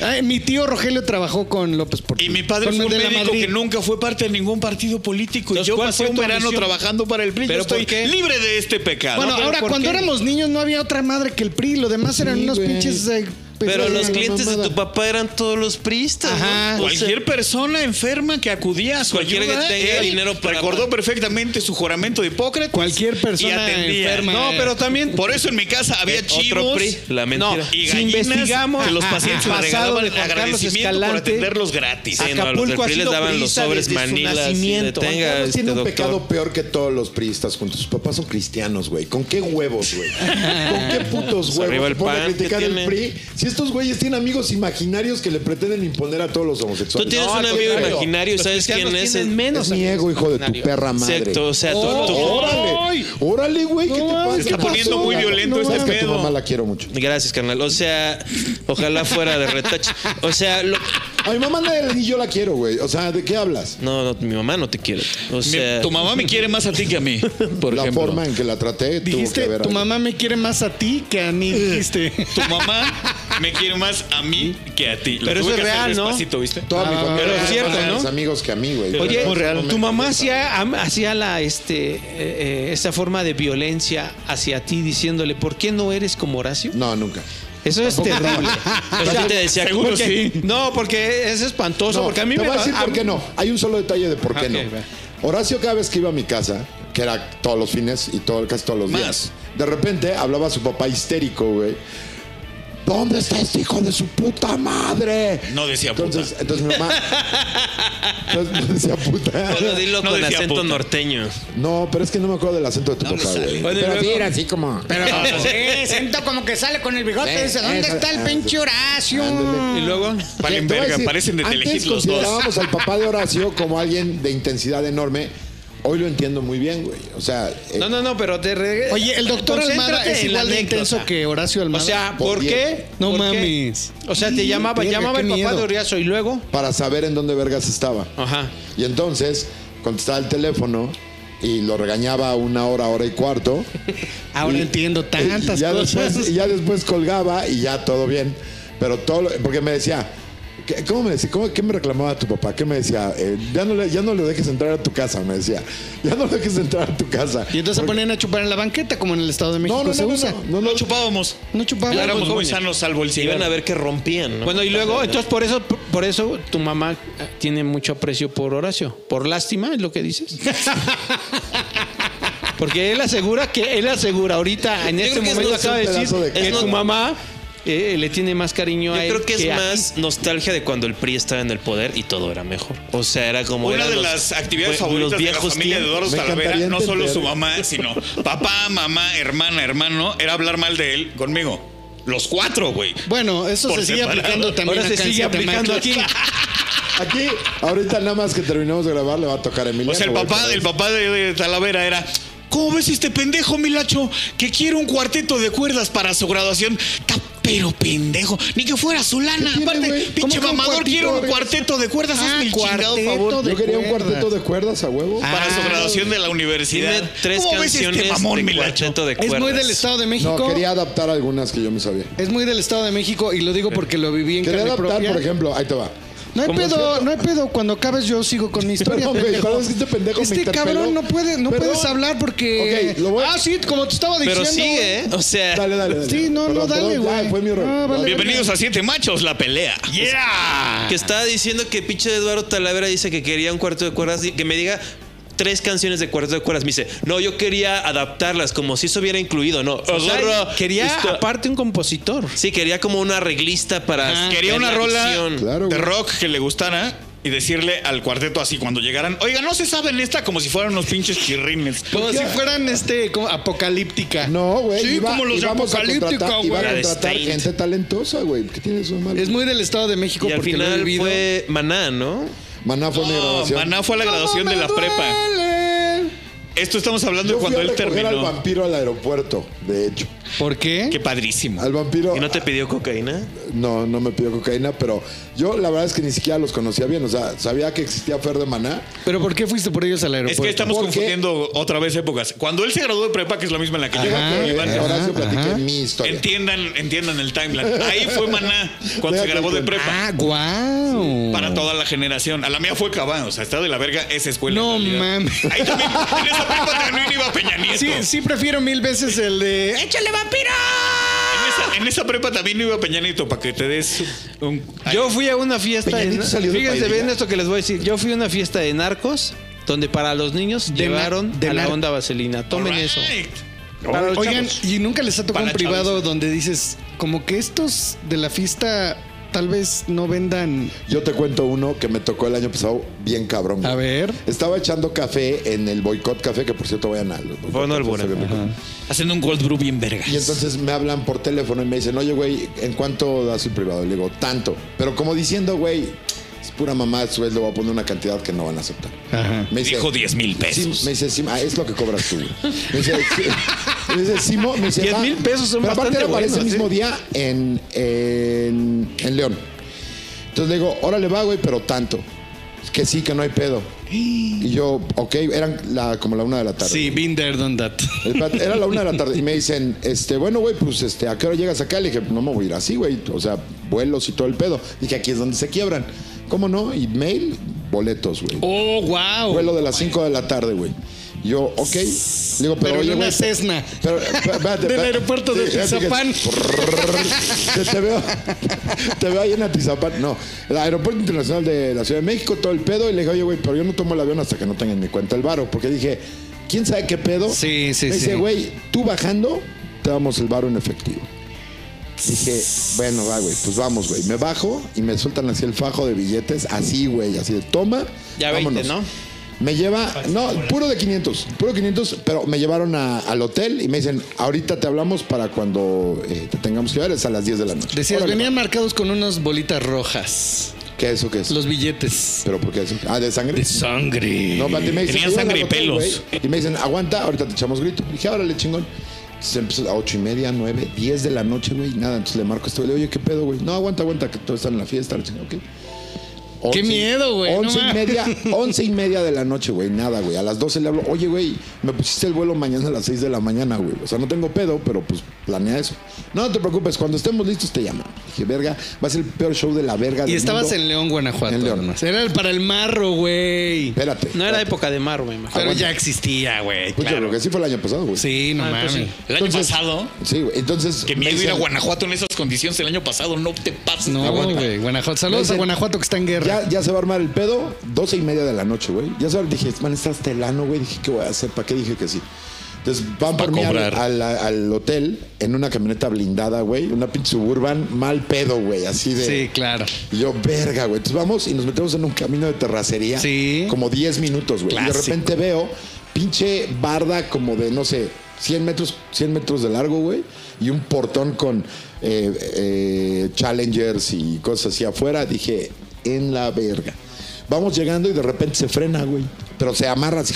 Ay, mi tío Rogelio trabajó con López Portillo.
Y mi padre
Con
fue un
de la
médico
Madrid.
que nunca fue parte de ningún partido político. Y
Entonces,
yo
¿cuál
pasé
fue
un
tu
verano
misión?
trabajando para el PRI. Yo
¿Pero por
estoy
qué?
libre de este pecado.
Bueno,
No, pero
ahora,
¿por
cuando
qué?
éramos niños no había otra madre que el PRI. Lo demás eran
Sí,
unos
güey.
pinches... eh,
Pero
pues,
los
eh,
clientes de
mamada.
tu papá eran todos los priistas.
Ajá.
¿no? O sea,
Cualquier persona enferma que acudía a su
Cualquiera que
ayuda,
tenga
¿eh?
él
dinero para-
recordó perfectamente su juramento de Hipócrates.
Cualquier persona
y atendía.
enferma.
No, pero también
Por eso en mi casa había
Otro
chivos.
PRI, la mentira.
No, y
Si
gallinas
investigamos
que los
el
pacientes le
pasado
regalaban
de Juan Carlos
agradecimiento por
Escalante,
atenderlos gratis.
Sí, no, a los del
Acapulco ha
PRI les
sido
daban los
priista
sobres
desde su
manilas. así de,
nacimiento.
tenga,
Juan Carlos
este,
tiene un
doctor.
pecado peor que todos los priistas juntos. Sus papás son cristianos, güey. ¿Con qué huevos, güey? ¿Con qué putos
Pues arriba
huevos
el
van a
PAN,
criticar
¿qué
el
tiene?
PRI? Si estos güeyes tienen amigos imaginarios que le pretenden imponer a todos los
Tú
homosexuales.
tienes
No,
un
al
amigo
contrario.
imaginario,
Los
¿sabes quién
cristianos
es?
tienen
El-
menos
Es mi ego, hijo de tu
imaginario.
perra madre. Oh,
Exacto, o sea, todo- todo-
¡Órale! ¡Órale, güey! ¿Qué te pasa?
está
¿Qué pasó?
poniendo muy violento este
Sabes que a tu
pedo.
mamá la quiero mucho.
Gracias, carnal. O sea, ojalá fuera de retache. O sea, lo-
A mi mamá nadie le ni yo la quiero, güey. O sea, ¿de qué hablas?
no, no, mi mamá no te quiere. O
Mi-
sea,
tu mamá me quiere más a ti que a mí, por
la
ejemplo.
forma en que la traté tuvo que
Dijiste,
ver.
tu
algo.
mamá me quiere más a ti que a mí, dijiste.
Tu mamá me quiere más a mí que a ti. Lo
Pero
tuve
eso es
que hacer
real, ¿no?
despacito, ¿viste?
Toda mi
Ah,
familia
pero
era
es cierto,
más de
¿no?
mis amigos que a mí, güey.
Oye,
Pero no me
tu mamá
molesta.
hacía, am- hacía la, este, eh, eh, esa forma de violencia hacia ti diciéndole, ¿por qué no eres como Horacio?
No, nunca.
Eso es terrible. O
Pero
sea,
sí te decía,
seguro
porque-
sí.
No, porque es espantoso,
No,
porque a mí
te
me
voy a decir
a-
por qué no. Hay un solo detalle de por qué
Ok,
no.
va.
Horacio cada vez que iba a mi casa, que era todos los fines y todo, casi todos los
Más.
días, de repente hablaba a su papá histérico, güey. ¿Dónde está este hijo de su puta madre?
No decía puta.
entonces, Entonces mi mamá... entonces, no decía puta.
Bueno, dilo
No
con
decía
acento
puta.
norteño.
No, pero es que no me acuerdo del acento de tu papá, güey.
Bueno, y luego-
así como...
Sí, siento como que sale con el bigote y dice, ¿dónde
Eso,
está el
ah,
eso.
pinche Horacio?
Ándale.
Y luego,
Valen
Te voy a
verga,
decir,
parecen de
antes
Telehit los dos.
considerábamos al papá de Horacio como alguien de intensidad enorme. Hoy lo entiendo muy bien, güey. O sea, eh,
no, no, no, pero te re-
Oye, el doctor Almada
Concéntrate
es
en la
igual de
anécdota.
intenso que Horacio
O
Almada.
sea, ¿por
Por
qué?
diez.
No
¿Por qué?
mames.
O sea, te llamaba,
Verga,
llamaba
qué
el papá
miedo.
de Oriazo y luego.
para saber en dónde vergas estaba.
Ajá.
Y entonces contestaba el teléfono y lo regañaba una hora, hora y cuarto.
Ahora
Y-
entiendo tantas
y ya
cosas.
Después, y ya después colgaba y ya todo bien. Pero todo, lo- porque me decía, ¿Qué- ¿Cómo me decía? ¿Cómo- ¿Qué me reclamaba tu papá? ¿Qué me decía? Eh, ya, no le, ya no lo dejes entrar a tu casa, me decía. Ya no lo dejes entrar a tu casa.
Y entonces se
Porque-
ponían a chupar en la banqueta, como en el Estado de México
No, no,
se
no, no,
usa.
no, no, no.
No chupábamos.
No chupaban.
Ya éramos
Éramos
muy
jóvenes.
sanos, salvo el cigarro.
Iban a ver que rompían, ¿no?
Bueno, y luego, entonces por eso, por eso tu mamá eh, tiene mucho aprecio por Horacio. Por lástima es lo que dices. Porque él asegura que él asegura ahorita, en
Yo
este
creo que es
momento
no-
acaba de
es un
decir
pedazo de
que
carne.
tu mamá eh, le tiene más cariño a él.
Yo creo que es
a ti.
más nostalgia de cuando el PRI estaba en el poder y todo era mejor. O sea, era como.
Una
eran
de
los-
las actividades
los
favoritas de la
viejos
familia de
tiempos.
Eduardo
Me
Talavera,
encantaría
no solo
entender.
su mamá, sino papá, mamá, hermana, hermano, era hablar mal de él conmigo. Los cuatro, güey.
Bueno, eso
Por
se sigue
separado.
aplicando también
Ahora
acá
se
en
sigue aplicando
Ciutatecla.
aquí.
Aquí, ahorita nada más que terminemos de grabar, le va a tocar a Emiliano.
O sea, Pues el
güey,
papá,
pero-
el papá de, de Talavera era. ¿Cómo ves este pendejo, Milacho? Que quiere un cuarteto de cuerdas para su graduación. Está pero pendejo. Ni que fuera su lana.
tiene, güey?
Aparte,
¿Cómo
pinche
que un
mamador
cuartito
quiere un
de-
cuarteto de cuerdas.
Ah,
Hazme el chingado
cuarteto
favor.
de
Yo quería un
cuerdas.
cuarteto de cuerdas a huevo.
Para su graduación de la universidad.
Ah, Tiene tres
¿Cómo ves
canciones
este mamón,
de
Milacho?
cuarteto de
Es muy
cuerdas.
del Estado de México.
No, quería adaptar algunas que yo me sabía.
Es muy del Estado de México y lo digo porque lo viví en
Quería
carne
adaptar,
propia.
por ejemplo, ahí te va.
No hay
Como
pedo,
cierto-
no hay pedo. Cuando acabes yo sigo con mi historia.
Perdón, güey,
pendejo.
perdón, es que este pendejo me
Este
interpeló.
cabrón no puede, no
Perdón.
puedes hablar porque.
Ok, lo voy a-
Ah, sí, como te estaba diciendo.
Pero sigue, ¿eh? O sea.
Dale, dale, dale.
Sí, no, no,
Perdón,
dale,
perdón, ya,
güey.
Fue mi error.
Ah, vale.
Bienvenidos a Siete Machos, la pelea. ¡Yeah!
Que estaba diciendo que pinche Eduardo Talavera dice que quería un cuarto de cuerdas y que me diga tres canciones de cuarto de cuerdas. Me dice, no, yo quería adaptarlas como si eso hubiera incluido, no.
O sea,
Agarra
quería
esta-
aparte un compositor.
Sí, quería como una arreglista para.
Quería una rola
Televisión.
Claro,
de
güey.
rock que le gustara y decirle al cuarteto así cuando llegaran, oiga, no se saben esta como si fueran unos pinches chirrines.
Como si fueran este como apocalíptica.
No, güey.
Sí,
iba-
como los de
íbamos a
Apocalíptica,
contratar- Iba
güey.
a
La de
contratar
Stained.
gente talentosa, güey. ¿Qué tiene eso de malo?
Es muy del Estado de México
Y al
porque lo he
final
vivido.
fue Maná, ¿no?
Maná fue mi
No,
grabación.
Maná fue a la graduación de la prepa. Esto estamos hablando
Yo
de
fui
cuando
a
él
recoger al
terminó.
vampiro al aeropuerto, de hecho.
¿Por qué?
Qué padrísimo.
Al vampiro.
¿Y no te pidió cocaína?
No, no me pidió cocaína, pero yo la verdad es que ni siquiera los conocía bien. O sea, sabía que existía Fer de Maná.
¿Pero por qué fuiste por ellos al
Es
aeropuerto?
que estamos
¿Por qué?
confundiendo otra vez épocas. Cuando él se graduó de prepa, que es la misma en la que yo,
Eh, Ahora
Iván,
se Horacio platiqué mi historia.
entiendan, entiendan el timeline. Ahí fue Maná cuando se
Déjate
grabó de
con-
prepa.
Ah, guau.
Mm.
Para toda la generación. A la mía fue Cabán, o sea, está de la verga esa escuela.
No
en realidad.
mames.
Ahí también, en esa prepa también iba Peña Nieto.
Sí, sí prefiero mil veces el de.
¡Échale vampiro! En esa, en esa prepa también iba Peña Nieto para que te des un.
Yo fui a una fiesta.
Peña
de-
Nieto salió de
fíjense
Paidilla.
bien esto que les voy a decir. Yo fui a una fiesta de narcos donde para los niños
na-
llevaron
de
a la
nar-
onda vaselina. Tomen
Alright.
eso.
Para los Oigan, y nunca les ha tocado
Para
un privado donde dices, como que estos de la fiesta tal vez no vendan.
Yo te cuento uno que me tocó el año pasado bien cabrón. güey.
A ver.
Estaba echando café en el Boicot Café, que por cierto vayan a los Boicot
Fue en
Cafés,
Albura.
está bien rico.
Haciendo un cold brew bien verga.
Y entonces me hablan por teléfono y me dicen, oye, güey, ¿en cuánto das el privado? Y le digo, tanto. Pero como diciendo, güey, es pura mamá, su vez le voy a poner una cantidad que no van a aceptar. Me dice,
Dijo 10 mil
Sí,
pesos.
me dice, sí, ah, es lo que cobras tú. güey. Me dice, sí, me dice, Simo, me dice,
10
va.
mil pesos son
Pero aparte
bastante
era para ese
buenos,
mismo
¿eh?
día en, en, en León. Entonces le digo, órale va, güey, pero tanto. Es que sí, que no hay pedo. Y yo, ok, eran la, como la una de la tarde.
been there, done that.
Espérate, Era la una de la tarde y me dicen, este, bueno, güey, pues, este, ¿a qué hora llegas acá? Le dije, no me voy a ir así, güey. O sea, vuelos y todo el pedo. Dije, aquí es donde se quiebran. ¿Cómo no? Y mail, boletos, güey.
Oh, wow.
Vuelo de las 5 de la tarde, güey. Yo, ok. Le digo, pero,
Pero
oye,
en una
güey,
Cessna.
pero, eh, espérate, espérate.
Del aeropuerto de
Sí, ya dije,
Tizapán.
Te, te veo, te veo ahí en Atizapán. No, el aeropuerto internacional de la Ciudad de México, todo el pedo. Y le dije, oye, güey, pero yo no tomo el avión hasta que no tenga en mi cuenta el varo. Porque dije, ¿quién sabe qué pedo?
Sí, sí,
Me
sí.
dice, güey, tú bajando, te damos el varo en efectivo. Dije, bueno, va, güey, pues vamos, güey. Me bajo y me sueltan así el fajo de billetes, así, güey, así de toma.
Ya veinte,
vámonos.
¿no?
Me lleva, no, puro de 500, puro 500, pero me llevaron a- al hotel y me dicen, ahorita te hablamos para cuando eh, te tengamos que ver, es a las 10 de la noche.
Decías,
Órale,
venían marcados con unas bolitas rojas.
va. ¿Qué es eso qué es?
Los billetes.
¿Pero por qué es? Ah, ¿de sangre?
Sangre.
No, espérate, me dicen,
Tenían
"Llevan
sangre
al
y
hotel,
pelos".
güey, y me dicen, aguanta, ahorita te echamos grito. Dije, órale, chingón. Se empezó a ocho y media, nueve, diez de la noche, güey, nada. Entonces le marco a este güey, le digo, oye, ¿qué pedo, güey? No, aguanta, aguanta, que todos están en la fiesta, la chingada, ok.
Qué miedo, güey, no
Once y
mames.
media, once y media de la noche, güey. Nada, güey. A las 12 le hablo, oye, güey, me pusiste el vuelo mañana a las 6 de la mañana, güey. O sea, no tengo pedo, pero pues planea eso. No, no te preocupes, cuando estemos listos te llamo. Dije, verga, va a ser el peor show de la verga.
Y
del
estabas
mundo".
en León, Guanajuato.
En León.
nomás. Era el- para el marro, güey.
Espérate.
No era época de mar, me imagino.
Pero ya existía, güey.
Pues yo
claro.
creo que sí fue el año pasado, güey.
Sí, no
Ah, pues
mames.
sí.
El año
Entonces-
pasado,
Sí, güey. Entonces.
que
me
miedo ir a
dicen,
Guanajuato en esas condiciones el año pasado, no te pases.
No,
cabrón.
güey. Guanajuato.
Me
Saludos a
dicen-
Guanajuato que está en guerra.
Ya, ya se va a armar el pedo, doce y media de la noche, güey. Ya se va- dije, man, estás telano, güey. Dije, ¿qué voy a hacer? ¿Para qué dije que sí? Entonces van por mí al,
cobrar.
al- al hotel en una camioneta blindada, güey. Una pinche suburban, mal pedo, güey. Así de.
Sí, claro.
Y yo, verga, güey. Entonces vamos y nos metemos en un camino de terracería.
Sí.
Como 10 minutos, güey. Y de
Clásico.
repente veo pinche barda como de, no sé, 100 metros, 100 metros de largo, güey. Y un portón con eh, eh, challengers y cosas así afuera. Dije, en la verga. Vamos llegando y de repente se frena, güey. Pero se amarra así.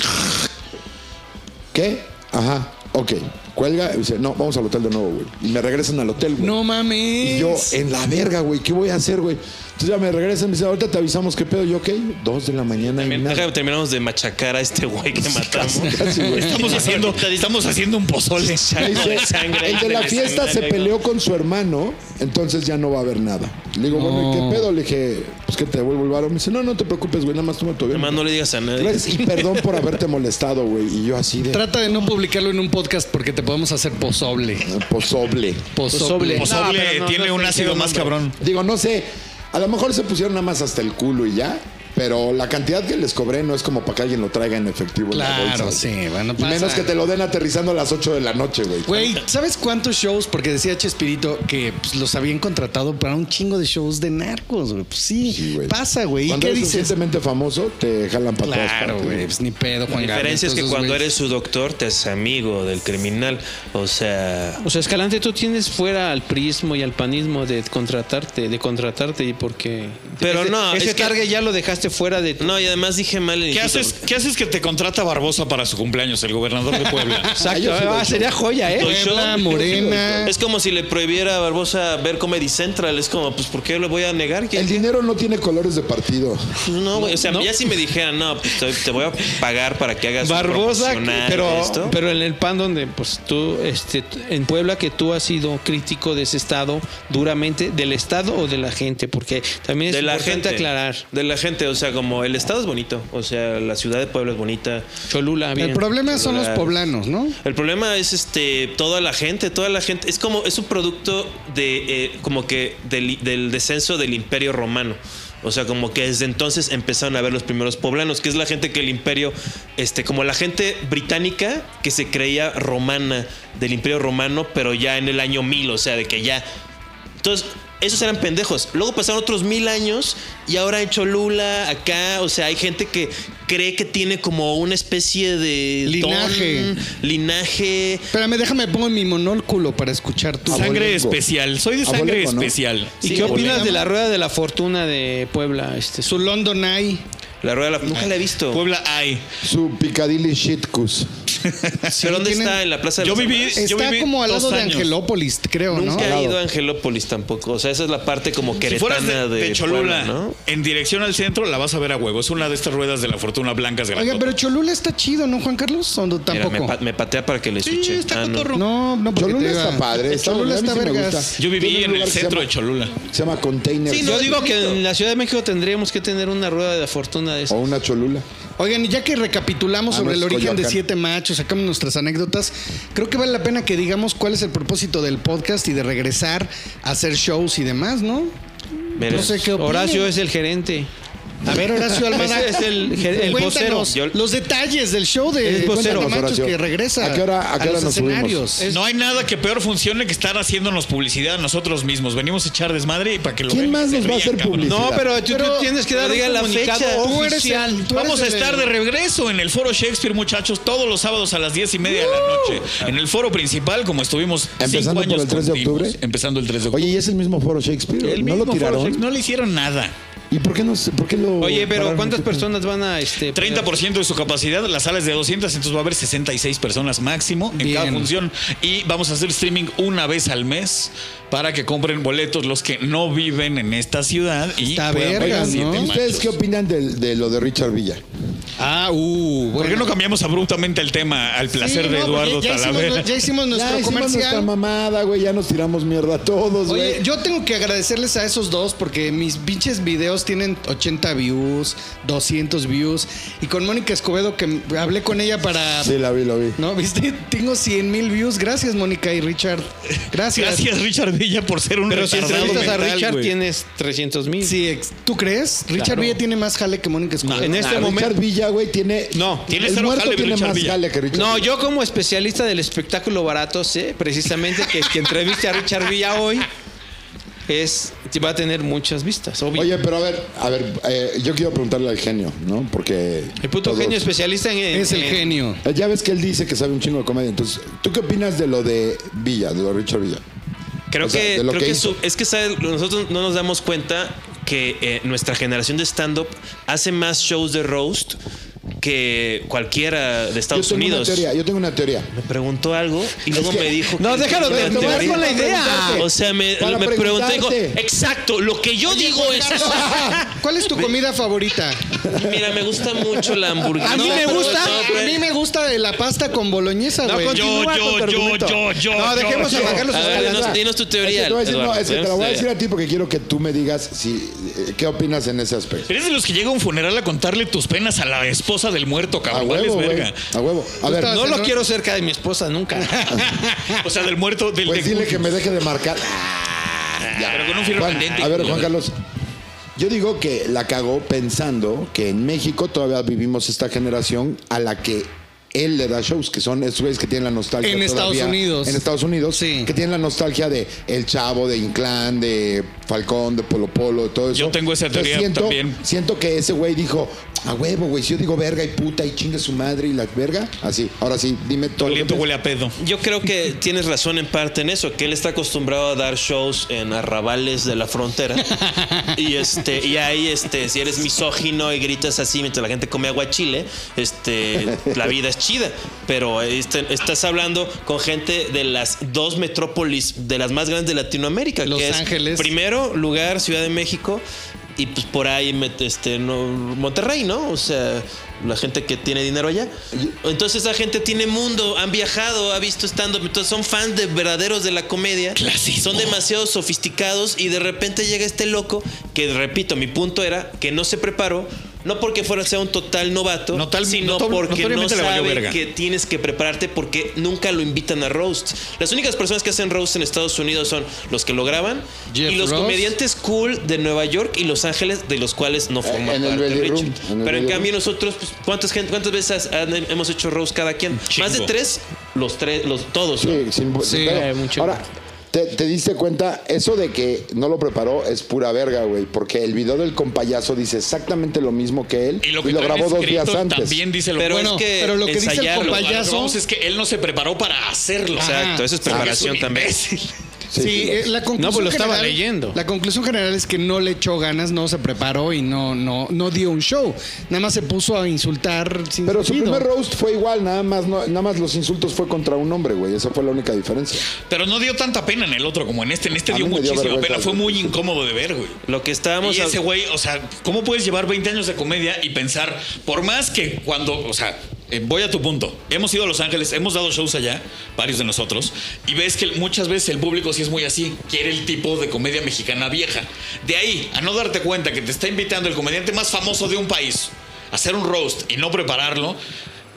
¿Qué? Ajá. Ok. Cuelga y dice, no, vamos al hotel de nuevo, güey. Y me regresan al hotel, güey.
No mames.
Y yo, eh, en la verga, güey, ¿qué voy a hacer, güey? Entonces ya me regresan, me dicen, ahorita te avisamos qué pedo. Yo, ok, dos de la mañana y nada.
Déjame, terminamos de machacar a este güey que matamos.
Casi, güey.
Estamos haciendo, estamos haciendo un pozole.
Chaco de
Dice,
sangre.
el de la fiesta se peleó con su hermano, entonces ya no va a haber nada. Le digo, bueno, ¿y qué pedo? Le dije, pues que te devuelvo el varo. Me dice, no, no te preocupes, güey, nada más toma tu avión.
Además, no le digas a nadie.
Gracias y perdón por haberte molestado, güey. Y yo así de
Trata de no publicarlo en un podcast porque te podemos hacer posoble.
"Pues, posoble.
Posoble.
No,
Pozole
pero no,
tiene
no
un
te
ácido
dijeron
más
nombre.
cabrón.
Digo, no sé, a lo mejor se pusieron nada más hasta el culo y ya. Pero la cantidad que les cobré no es como para que alguien lo traiga en efectivo. en la
Claro,
bolsa, güey.
sí, bueno,
Y
pasa.
menos que te lo den aterrizando a las 8 de la noche, güey.
Güey, ¿sabes cuántos shows? Porque decía Chespirito que pues, los habían contratado para un chingo de shows de narcos, güey. Pues sí,
Sí, güey.
pasa, güey. ¿Y
Cuando
qué
eres
dices?
suficientemente famoso, te jalan para todas
Claro,
partes,
güey. Pues ni pedo, Juan
La diferencia es que cuando
eres
eres su doctor, te haces amigo del criminal. O sea,
O sea, Escalante, tú tienes fuera al prismo y al panismo de contratarte, de contratarte y porque.
Pero
ese-
no,
ese
es que-
target ya lo dejaste fuera de. tu-
no, y además dije mal el
¿Qué
instituto,
haces, ¿Qué haces que te contrata Barbosa para su cumpleaños, el gobernador de Puebla?
Exacto,
Ah, yo sí lo he
ah,
hecho.
sería joya, ¿eh?
Doy show.
Puebla, Morena.
Es como si le prohibiera a Barbosa ver Comedy Central. Es como, pues, ¿por qué lo voy a negar?
El
que
dinero no tiene colores de partido.
No, güey. O sea,
¿No?
ya si me dijeran, no, pues te, te voy a pagar para que hagas un
Barbosa,
promocional de
pero,
esto.
pero en el PAN donde pues tú, este, en Puebla que tú has sido crítico de ese estado duramente, del estado o de la gente, porque también es
de la
importante
gente.
aclarar.
De la gente. O sea, como el estado es bonito. O sea, la ciudad de Puebla es bonita.
Cholula, bien.
El problema son los
Claro.
poblanos, ¿no?
El problema es este toda la gente, toda la gente es como es un producto de eh, como que del, del descenso del Imperio Romano. O sea, como que desde entonces empezaron a ver los primeros poblanos, que es la gente que el imperio, este, como la gente británica que se creía romana del imperio romano, pero ya en el año 1000, o sea, de que ya entonces, esos eran pendejos. Luego pasaron otros mil años y ahora en Cholula, acá, o sea, hay gente que cree que tiene como una especie de
Linaje.
don, linaje.
Espérame, déjame pongo en mi monóculo para escuchar tu
Sangre
Abolengo.
especial. Soy de sangre
Abolengo, ¿no?
especial.
¿Y
Sí,
qué
abolengo.
opinas de la rueda de la fortuna de Puebla? Este,
su London Eye.
La rueda de la- nunca la he visto.
Puebla hay.
Su picadilly shitcus.
¿Pero dónde
tienen-
está? En la Plaza de
Yo
las
viví-
Américas?
Yo
Está como al
dos
lado de
años.
Angelópolis, creo, ¿no?
Nunca he
Claro.
ido a Angelópolis tampoco. O sea, esa es la parte como
Si
queretana
fueras de,
de,
de Cholula,
Puebla, ¿no?
en dirección al centro, la vas a ver a huevo. Es una de estas ruedas de la fortuna blancas
Oiga, pero
grandotas.
Cholula está chido, ¿no, Juan Carlos? ¿O no,
Mira,
tampoco?
me, pa- me patea para que le
Sí,
escuche.
está
Ah, no.
cotorro.
No, no, porque
Cholula
te iba-
está padre. Está
Cholula
a mí
está
sí me
vergas.
gusta.
Yo viví
Tiene
en
un
el
lugar que se
centro
llama-
de Cholula.
Se llama Container.
Sí,
yo
no,
digo que
bonito.
en la Ciudad de México tendríamos que tener una rueda de la fortuna de
O
esas.
una cholula.
Oigan, y ya que recapitulamos
Ah,
sobre
no,
el
es
origen de
Coyoacán.
Siete Machos, sacamos nuestras anécdotas, creo que vale la pena que digamos cuál es el propósito del podcast y de regresar a hacer shows y demás, ¿no?
Mira,
No sé qué opinan.
Horacio es el gerente.
A ver, Horacio Almada.
Ese es el- el vocero.
Cuéntanos los detalles del show de
Es vocero.
Siete Machos
Horacio.
que regresa
¿A qué hora- a qué hora
los
nos subimos?
escenarios.
No hay nada que peor funcione que estar haciéndonos publicidad a nosotros mismos. Venimos a echar desmadre y para que lo
¿Quién
vean y
más
se
nos va a
rían,
hacer
cabrón.
publicidad?
No, pero tú, tú
Pero-
tienes que
pero
dar
diga
un
la
comunicado
fecha. Tú eres
oficial.
el- tú
Vamos a
eres el-
estar de regreso en el Foro Shakespeare, muchachos, todos los sábados a las 10 y media de la noche. En el Foro principal, como estuvimos cinco
Empezando por
años
el 3 de
continuos.
octubre.
Empezando el 3 de octubre.
Oye, ¿y es el mismo foro Shakespeare?
El
¿No
mismo
lo
Foro
tiraron?
Shakespeare, no le hicieron nada.
¿Y por qué, no, se- por qué lo.?
Oye, pero
pararon?
¿cuántas personas van a este?
30% de su capacidad, la sala es de 200, entonces va a haber 66 personas máximo en cada
Bien.
función. Y vamos a hacer streaming una vez al mes para que compren boletos los que no viven en esta ciudad. Y
Está
puedan ver
verga,
a Siete
¿no?
Machos.
¿Ustedes qué opinan del- de, lo de Richard Villa?
Ah, uh,
¿Por qué
bueno.
no cambiamos abruptamente el tema al placer
Sí,
de
pues
no, porque
Eduardo
ya hicimos,
Talavera?
ya hicimos nuestro
ya hicimos nuestra
comercial.
mamada, güey. Ya nos tiramos mierda a todos,
Oye,
güey.
yo tengo que agradecerles a esos dos porque mis pinches videos tienen 80 views, 200 views. Y con Mónica Escobedo, que m- hablé con ella para.
Sí, la vi, la vi.
¿No? ¿Viste? Tengo 100 mil views. Gracias, Mónica y Richard. Gracias.
Gracias, Richard Villa, por ser un
Pero si
retardado
entrevistas a
mental,
Richard
güey.
tienes 300 mil.
Sí, ex- ¿tú crees? Richard Villa tiene más jale que Mónica Escobedo.
en este
Ah, Richard
momento.
Villa, güey, tiene.
No,
tiene
el
cero
muerto
jale,
tiene
Richard
más
Villa.
jale que Richard
No,
Villa.
yo como especialista del espectáculo barato sé precisamente que que entreviste a Richard Villa hoy es va a tener muchas vistas, obvio.
Oye, pero a ver, a ver, eh, yo quiero preguntarle al genio, ¿no? Porque.
el puto
todos-
genio especialista en, en-
es el
en-
genio.
Eh, Ya ves que él dice que sabe un chingo de comedia. Entonces, ¿tú qué opinas de lo de Villa, de lo de Richard Villa?
Creo
O sea,
que,
de lo
creo
que
que
hizo.
su- es que ¿sabes? nosotros no nos damos cuenta que eh, nuestra generación de stand-up hace más shows de roast que cualquiera de Estados
yo tengo
Unidos.
Una teoría, yo tengo una teoría.
Me preguntó algo y luego
que-
me dijo.
No,
que-
déjalo
que
de-
era
te voy a
teoría.
con la idea.
O sea, me,
Para
me preguntó dijo,
preguntarte.
exacto, lo que yo digo es.
¿Cuál es tu comida favorita?
Mira, me gusta mucho la hamburguesa.
A mí
No,
me
pero-
gusta,
no, pero-
a mí me gusta de la pasta con boloñesa,
No,
güey.
con-
Yo,
Continúa
yo,
con tu
yo,
argumento.
yo, yo.
No,
yo,
dejemos
yo.
a Carlos
A ver,
Escalante.
dinos- dinos tu
Es
teoría.
que te voy a decir,
Eduardo,
no, es que te la voy a
dinos tu
decir a ti porque quiero que tú me digas si, eh, qué opinas en ese aspecto.
Eres de los que llega a un funeral a contarle tus penas a la esposa del muerto,
A
cabrón.
huevo,
Ah, Vales
güey.
verga.
A huevo. A ver,
estabas-
No lo quiero cerca de mi esposa nunca.
O sea, del muerto, del
pues
de-
dile que me deje de marcar.
Pero con un fierro
Juan,
candente.
a ver, Juan Carlos. Yo digo que la cagó pensando que en México todavía vivimos esta generación a la que él le da shows, que son esos güeyes que tienen la nostalgia.
En Estados
todavía-
Unidos.
En Estados Unidos.
Sí.
Que tienen la nostalgia de El Chavo, de Inclán, de Falcón, de Polo Polo, de todo eso.
Yo tengo esa
Entonces,
teoría
siento-
también.
Siento que ese güey dijo, a huevo, güey, si yo digo verga y puta y chinga su madre y la verga, así. Ahora sí, dime todo. lo que
Oliendo
piensas.
huele a pedo.
Yo creo que tienes razón en parte en eso, que él está acostumbrado a dar shows en arrabales de la frontera. y este, y ahí este, si eres misógino y gritas así mientras la gente come aguachile, este, la vida es chida. Pero este- estás hablando con gente de las dos metrópolis, de las más grandes de Latinoamérica,
Los
que es,
Ángeles.
primero lugar, Ciudad de México. Y pues por ahí met- este, no, Monterrey, ¿no? O sea, la gente que tiene dinero allá. Entonces esa gente tiene mundo, han viajado, ha visto stand-up. Entonces son fans de verdaderos de la comedia. Son demasiado sofisticados y de repente llega este loco que, repito, mi punto era que no se preparó. No porque fuera sea un total novato,
Notal-
sino
notab-
porque no
notoriamente le valió
sabe
verga.
que tienes que prepararte porque nunca lo invitan a roast. Las únicas personas que hacen roast en Estados Unidos son los que lo graban
Jeff
y los
Ross.
comediantes cool de Nueva York y Los Ángeles, de los cuales no forma
Eh, en el
parte
Belly
Richard.
Room, en el
Pero en
Belly
cambio nosotros, pues, ¿cuántas, gente, ¿cuántas veces han- hemos hecho roast cada quien?
Chingo.
Más de tres, los tres, los todos. ¿no?
Sí, sin,
Sí,
pero-
hay mucho.
Ahora, te, te diste cuenta? Eso de que no lo preparó es pura verga, güey. Porque el video del compayazo dice exactamente lo mismo que él. Y lo,
traen
grabó dos
escrito
días antes.
También dice lo
Pero
bueno.
es que
pero lo que dice el
ensayarlo.
A lo que
compayazo-
vamos es que él no se preparó para hacerlo. Ah,
Exacto, eso es preparación también.
Sí, eh, la conclusión
No, pues lo estaba
general-
leyendo.
La conclusión general es que no le echó ganas, no se preparó y no, no, no dio un show. Nada más se puso a insultar sin
Pero su
sentido.
primer roast fue igual, nada más, no- nada más los insultos fue contra un hombre, güey. Esa fue la única diferencia.
Pero no dio tanta pena en el otro como en este. En este
A
dio
mí me dio
muchísima
vergüenza.
pena. Fue muy incómodo de ver, güey.
Lo que estábamos
Y ese
hab-
güey, o sea, ¿cómo puedes llevar 20 años de comedia y pensar, por más que cuando, o sea, eh, voy a tu punto, hemos ido a Los Ángeles, hemos dado shows allá, varios de nosotros, y ves que muchas veces el público sí es muy así, quiere el tipo de comedia mexicana vieja. De ahí, a no darte cuenta que te está invitando el comediante más famoso de un país a hacer un roast y no prepararlo.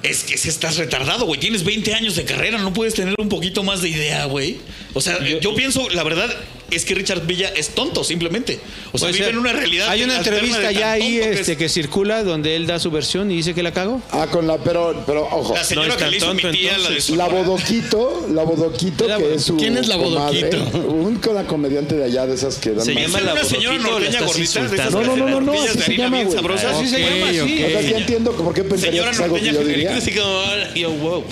Es que si estás retardado, güey. Tienes 20 años de carrera, no puedes tener un poquito más de idea, güey. O sea, yo, pienso, la verdad, es que Richard Villa es tonto, simplemente. O sea,
Puede
vive
ser.
en una realidad.
Hay una
alterna de
entrevista
tan
ya ahí
tonto que
este,
es.
que circula donde él da su versión y dice que la cago.
Ah, con la. Pero, pero ojo.
La señora
No es
que
tan
le hizo mi
tonto,
tía, la de
entonces.
su
La
hermana.
Bodoquito, la Bodoquito,
La
que
Bodo-
es su.
¿Quién es la
comadre,
Bodoquito?
un una comediante de allá, de esas que dan
Se
más-
llama la
Una señora
Bodoquito, la
norteña
estás
gordita, de esas
insultando.
No, no, no, no, no,
tortillas de
así se
harina
llama,
bien
güey.
sabrosas.
Así se llama, sí.
O sea, ya entiendo por qué pensaría que
Señora
es algo que
norteña
yo diría.
genericada, así como, "Hola".
Y yo, wow.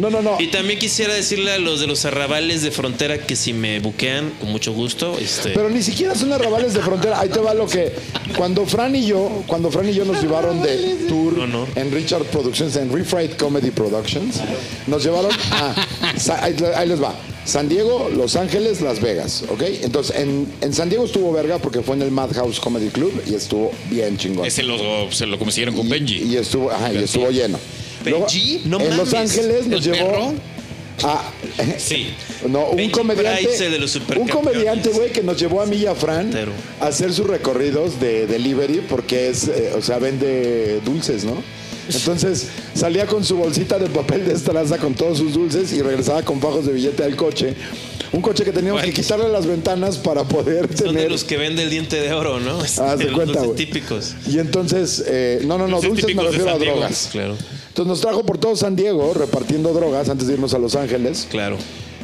No, no, no.
Y también quisiera decirle a los de los arrabales de frontera que si me buquean, como mucho gusto. Este,
Pero ni siquiera son arrabales de frontera. Ahí te va lo que. Cuando Fran y yo, cuando Fran y yo nos llevaron de tour
No, no.
en Richard Productions, en Refried Comedy Productions, nos llevaron a. Sa- ahí, ahí les va. San Diego, Los Ángeles, Las Vegas, ¿ok? Entonces, en, en San Diego estuvo verga porque fue en el Madhouse Comedy Club y estuvo bien chingón.
Ese lo, se lo consiguieron con Benji.
Y estuvo, ajá, y estuvo lleno. Luego,
Benji,
en
no
Los
mames,
Ángeles nos
¿el
llevó
perro?
a
Sí.
no, un
Benji
comediante.
Price de los
un
supercampeones.
comediante, güey, que nos llevó a mí y a Fran
Entero.
a hacer sus recorridos de delivery porque es, eh, o sea, vende dulces, ¿no? Entonces salía con su bolsita de papel de estraza con todos sus dulces y regresaba con fajos de billete al coche. Un coche que teníamos
Güey.
que quitarle las ventanas para poder
son de
tener.
los que vende el diente de oro, ¿no?
Ah,
Este,
se
los
cuenta,
dulces
güey.
típicos.
Y entonces, eh, no, no, no,
Dulces
dulces me
típicos de
refiero a
San Diego.
drogas.
Claro.
Entonces nos trajo por todo San Diego repartiendo drogas antes de irnos a Los Ángeles.
Claro.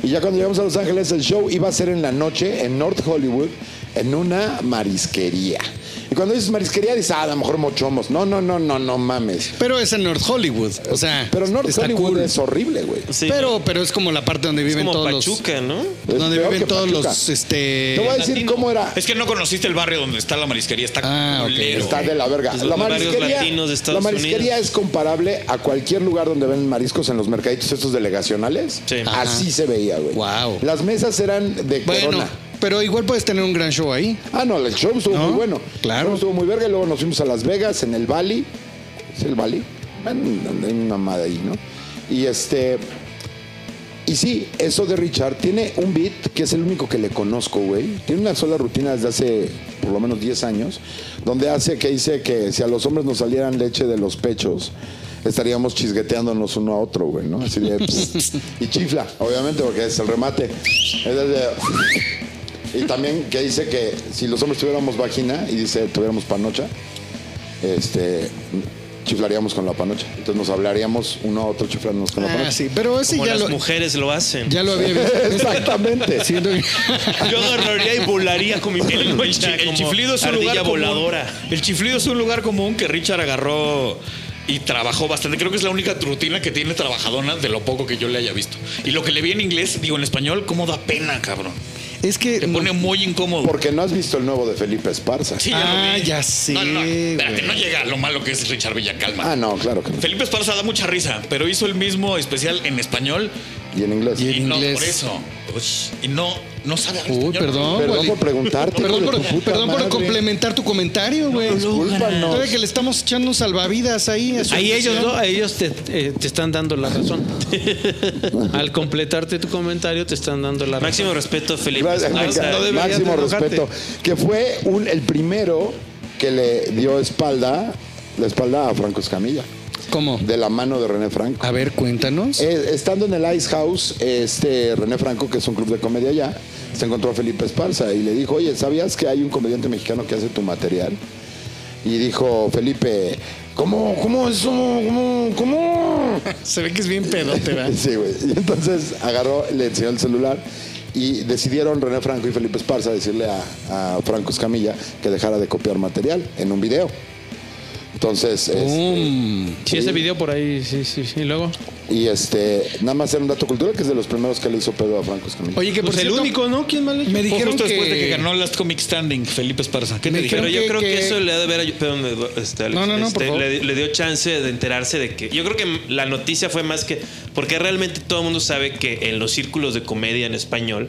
Y ya cuando llegamos a Los Ángeles, el show iba a ser en la noche en North Hollywood, en una marisquería. Y cuando dices marisquería, dices, ah, a lo mejor mochomos. No, no, no, no, no mames.
Pero es en North Hollywood. O sea,
Pero North
está
Hollywood
cool.
es horrible, güey.
Sí,
Pero, pero es como la parte donde
es
viven
como
todos
Pachuca, ¿no?
Es
los. Donde
peor que
viven todos
Pachuca.
los.
Te voy a
Este.
decir cómo era.
Es que no conociste el barrio donde está la marisquería. Está
Ah, ok.
culero.
Está de la verga.
Pues
La
los barrios
marisquería,
latinos de
la
Estados
marisquería
Unidos.
es comparable a cualquier lugar donde ven mariscos en los mercaditos estos delegacionales.
Sí.
Ajá.
Así se veía, güey.
Guau.
Las mesas eran de
Bueno,
corona.
pero igual puedes tener un gran show ahí.
Ah, no, el show estuvo
¿No?
muy bueno.
Claro.
El show estuvo muy verga y luego nos fuimos a Las Vegas, en el Bali. ¿Es el Bali? Bueno, hay una mamada ahí, ¿no? Y este. Y sí, eso de Richard tiene un beat que es el único que le conozco, güey. Tiene una sola rutina desde hace por lo menos 10 años, donde hace que dice que si a los hombres nos salieran leche de los pechos, estaríamos chisgueteándonos uno a otro, güey, ¿no? Así de. pss, y chifla, obviamente, porque es el remate. Es el de- y también que dice que si los hombres tuviéramos vagina y dice tuviéramos panocha, este chiflaríamos con la panocha. Entonces nos hablaríamos uno a otro chiflándonos con la
Ah,
panocha.
sí, pero ese
Como
ya
las
lo,
mujeres lo hacen.
ya lo había visto.
Exactamente.
Siento que-
Yo agarraría y volaría con mi
El, el
panocha
chi- el
como
chiflido es un
ardilla
lugar común.
voladora.
El chiflido es un lugar común que Richard agarró y trabajó bastante. Creo que es la única rutina que tiene trabajadona de lo poco que yo le haya visto. Y lo que le vi en inglés, digo en español, cómo da pena, cabrón.
es que.
Te pone muy incómodo.
Porque no has visto el nuevo de Felipe Esparza.
Sí, ya lo
Ah,
vi.
ya sé,
No, no, espérate,
güey.
no llega a lo malo que es Richard Villacalma.
Ah, no, claro que no.
Felipe Esparza da mucha risa, pero hizo el mismo especial en español
Y en inglés.
Y-
y no
inglés.
por eso. Ush, y no, no sabe hablar
Uy,
español.
perdón.
Perdón
Wally.
por preguntarte.
Perdón
hijo de
por,
tu puta
perdón por
madre.
complementar tu comentario, güey.
Discúlpanos.
Todavía que le estamos echando un salvavidas ahí. a su
Ahí ellos,
edición.
¿no? A ellos te, eh, te están dando la razón. Al completarte tu comentario, te están dando la razón.
Máximo respeto, Felipe.
Gracias, me
Esparza.
encanta.
no deberías
Máximo
de enojarte.
respeto. Que fue un, el primero que le dio espalda, la espalda a Franco Escamilla,
¿Cómo?
de la mano de René Franco.
A ver, cuéntanos.
Eh, estando en el Ice House, este René Franco, que es un club de comedia allá, se encontró a Felipe Esparza y le dijo, oye, ¿sabías que hay un comediante mexicano que hace tu material? Y dijo, Felipe, ¿cómo? ¿Cómo eso? ¿Cómo? ¿Cómo?
Se ve que es bien pedote, ¿verdad?
Sí, güey. Y entonces agarró, le enseñó el celular y decidieron René Franco y Felipe Esparza decirle a, a Franco Escamilla que dejara de copiar material en un video. Entonces,
Oh.
este,
Mm.
Sí, ese video por ahí, sí, sí, sí. Y luego.
y este, nada más era un dato cultural que es de los primeros que le hizo pedo a Franco Escamilla.
Oye, que por
Pues el
cierto,
único, ¿no? ¿Quién más le-
me
Fue
dijeron
justo
que...
después de que ganó Last Comic Standing, Felipe Esparza. ¿Qué
Me
te
dijeron
Pero
dijeron?
yo creo que,
que-
eso le ha de haber ayu- perdón, Edu- este, Alex,
No, no, no,
este,
por favor.
le, le dio chance de enterarse de que. Yo creo que la noticia fue más que. Porque realmente todo el mundo sabe que en los círculos de comedia en español.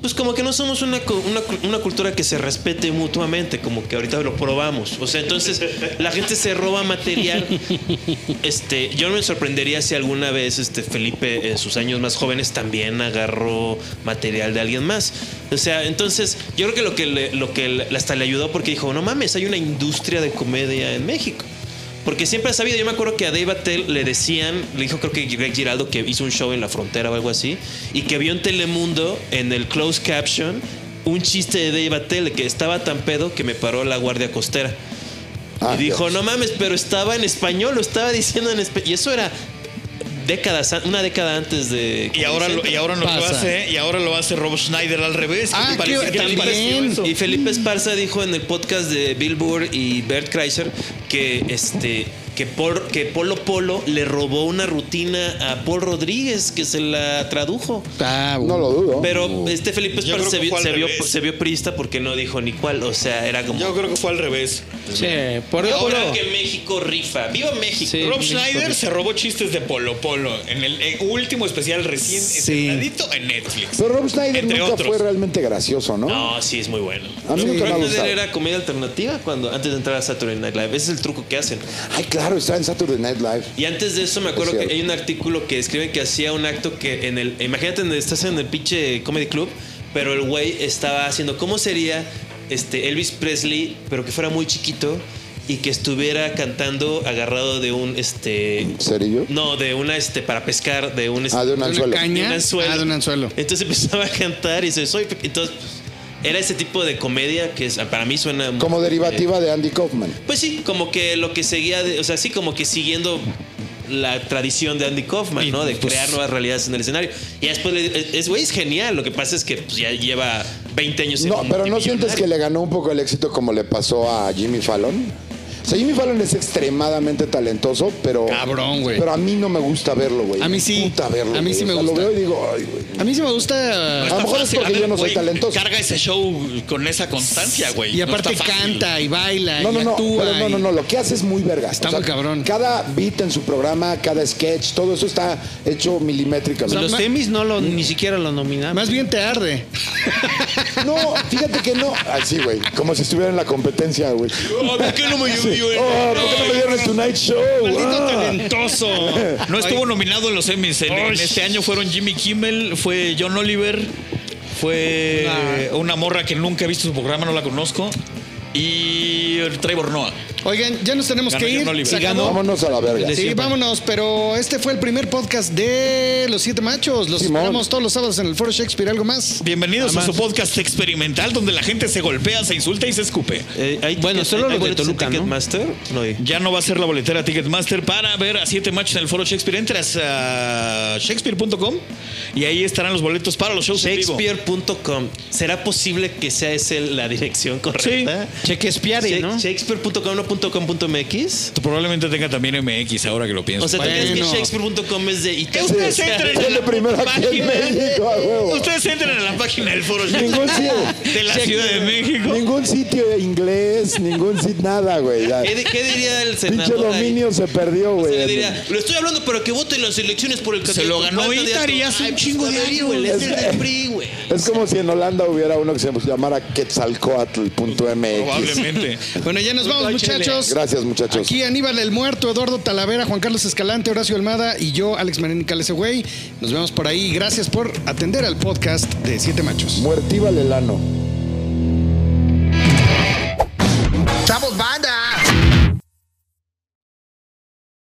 Pues como que no somos una, co- una, cu- una cultura que se respete mutuamente, como que ahorita lo probamos. O sea, entonces la gente se roba material. Este, yo no me sorprendería si alguna vez este Felipe en sus años más jóvenes también agarró material de alguien más. O sea, entonces yo creo que lo que, le- lo que le- hasta le ayudó porque dijo, no mames, hay una industria de comedia en México. Porque siempre ha sabido, yo me acuerdo que a Dave Attell le decían, le dijo creo que Greg Giraldo que hizo un show en la frontera o algo así, y que vio en Telemundo, en el closed caption, un chiste de Dave Attell que estaba tan pedo que me paró la guardia costera.
Ah,
y dijo,
Dios.
no mames, pero estaba en español, lo estaba diciendo en español. Y eso era décadas, an- una década antes de...
Y ahora, lo, y ahora no lo
Pasa.
hace, y ahora lo hace Rob Schneider al revés. ¿Qué
Ah,
te parece?
qué-
¿Qué te
también.
pareció eso?
Y Felipe Esparza dijo en el podcast de Billboard y Bert Kreischer que este que, por, que Polo Polo le robó una rutina a Paul Rodríguez que se la tradujo.
Ah,
No lo dudo.
Pero este Felipe
Yo
Espar
creo
se
que
vio,
fue al
se, vio,
revés.
se vio priista porque no dijo ni cuál. O sea, era como.
Yo creo que fue al revés.
Sí, por eso.
Ahora que México rifa. ¡Viva México!
Sí.
Rob
México
Schneider
rifa.
se robó chistes de Polo Polo en el eh, último especial recién
Sí.
estrenadito en Netflix.
Pero Rob Schneider
Entre
nunca
otros.
fue realmente gracioso, ¿no?
No, sí, es muy bueno.
A mí nunca me ha
Rob
gustado.
Schneider era comedia alternativa cuando antes de entrar a Saturday Night Live. Ese es el truco que hacen.
Ay, claro, está en Saturday Night Live.
Y antes de eso me acuerdo
Es
que
cierto.
hay un artículo que escriben que hacía un acto que en el... Imagínate, en- estás en el pinche comedy club, pero el güey estaba haciendo cómo sería este Elvis Presley, pero que fuera muy chiquito y que estuviera cantando agarrado de un... este
¿Cerillo?
No, de una... este Para pescar, de un... este,
Ah, de un
¿De una
anzuelo.
caña?
de un anzuelo.
Ah, de un anzuelo.
Entonces empezaba a cantar y dice, soy... pe-". Entonces... Era ese tipo de comedia que es- para mí suena... muy- eh,
Como derivativa de Andy Kaufman.
pues sí, como que lo que seguía, de- o sea, sí, como que siguiendo la tradición de Andy Kaufman, ¿no? De crear nuevas realidades en el escenario. Y después, le- es- es, güey, es genial. Lo que pasa es que pues, ya lleva 20 años siendo
No, pero ¿no sientes que
multimillonario.
le ganó un poco el éxito como le pasó a Jimmy Fallon? O sea, Jimmy Fallon es extremadamente talentoso, pero...
Cabrón, güey.
Pero a mí no me gusta verlo, güey.
A mí
Me
sí.
gusta verlo,
A mí
güey.
sí me
O sea,
gusta.
Lo veo y digo, ay, güey.
A mí sí me gusta.
No
A
está
lo mejor es
fácil.
porque
A ver,
yo no soy
güey,
talentoso.
Carga ese show con esa constancia, güey.
Y
No
aparte
está fácil.
canta y baila
No,
y
no, no,
actúa.
pero no,
y-
no, no, lo que hace es muy verga.
Está muy cabrón.
Cada beat en su programa, cada sketch, todo eso está hecho milimétricamente.
Los Emmys no lo, ni siquiera lo nominaron.
Más bien te arde.
No, fíjate que no. Así, güey, como si estuviera en la competencia, güey.
Oh, ¿Por qué no me ayudó?
Oh, ¿por qué no me dieron el Tonight Show? Ah.
talentoso. No estuvo nominado en los Emmys. En, en este año fueron Jimmy Kimmel, fue John Oliver, fue
Ah.
una morra que nunca he visto su programa, no la conozco, y Trevor Noah.
Oigan, ya nos tenemos
Ganó
que
John
ir.
Oliver.
Se
Y
acabó.
Vámonos a la verga.
Sí, vámonos, pero este fue el primer podcast de Los Siete Machos. Los
Simón.
esperamos todos los sábados en el Foro Shakespeare. ¿Algo más?
Bienvenidos a su podcast experimental donde la gente se golpea, se insulta y se escupe.
Eh, hay
Bueno,
ticket-
solo
hay
los de
boletos en
Toluca, ¿no?
Ticketmaster. No hay.
Ya no va a ser la boletera Ticketmaster para ver a siete machos en el foro Shakespeare. Entras a shakespeare.com y ahí estarán los boletos para los shows en vivo.
Shakespeare.com. ¿Será posible que sea esa la dirección correcta?
Shakespeare,
Shake-
¿no?
Shakespeare.com, no punto .com, punto .mx.
Probablemente tenga también MX ahora que lo pienso.
O sea, ¿tú crees que
Bueno.
Shakespeare.com es de Italia?
Ustedes
O sea,
entren
Es
a
lo
la
primero aquí
página.
en México, a huevo.
Ustedes entran a la página del foro
Ningún
de
sitio,
la Ciudad de México.
ningún sitio de inglés, ningún sitio, nada, güey. ya.
¿Qué, di- qué diría el senador?
Pinche
ahí?
dominio se perdió,
O sea, le
güey.
diría, lo estoy hablando para que voten las elecciones por el
Se lo ganó
¿Cuál
Itar y
candidato?
hace
Ay,
un
pues,
chingo
a
de
ver,
años.
güey, es
Es-
el del PRI, güey.
Es como si en Holanda hubiera uno que se llamara Quetzalcoatl.mx.
Probablemente.
Bueno, ya nos vamos, muchachos.
Gracias, muchachos.
Aquí Aníbal el Muerto, Eduardo Talavera, Juan Carlos Escalante, Horacio Almada y yo, Alex Marín Calecegüey. Nos vemos por ahí. Gracias por atender al podcast de Siete Machos.
Muertíbal el ano.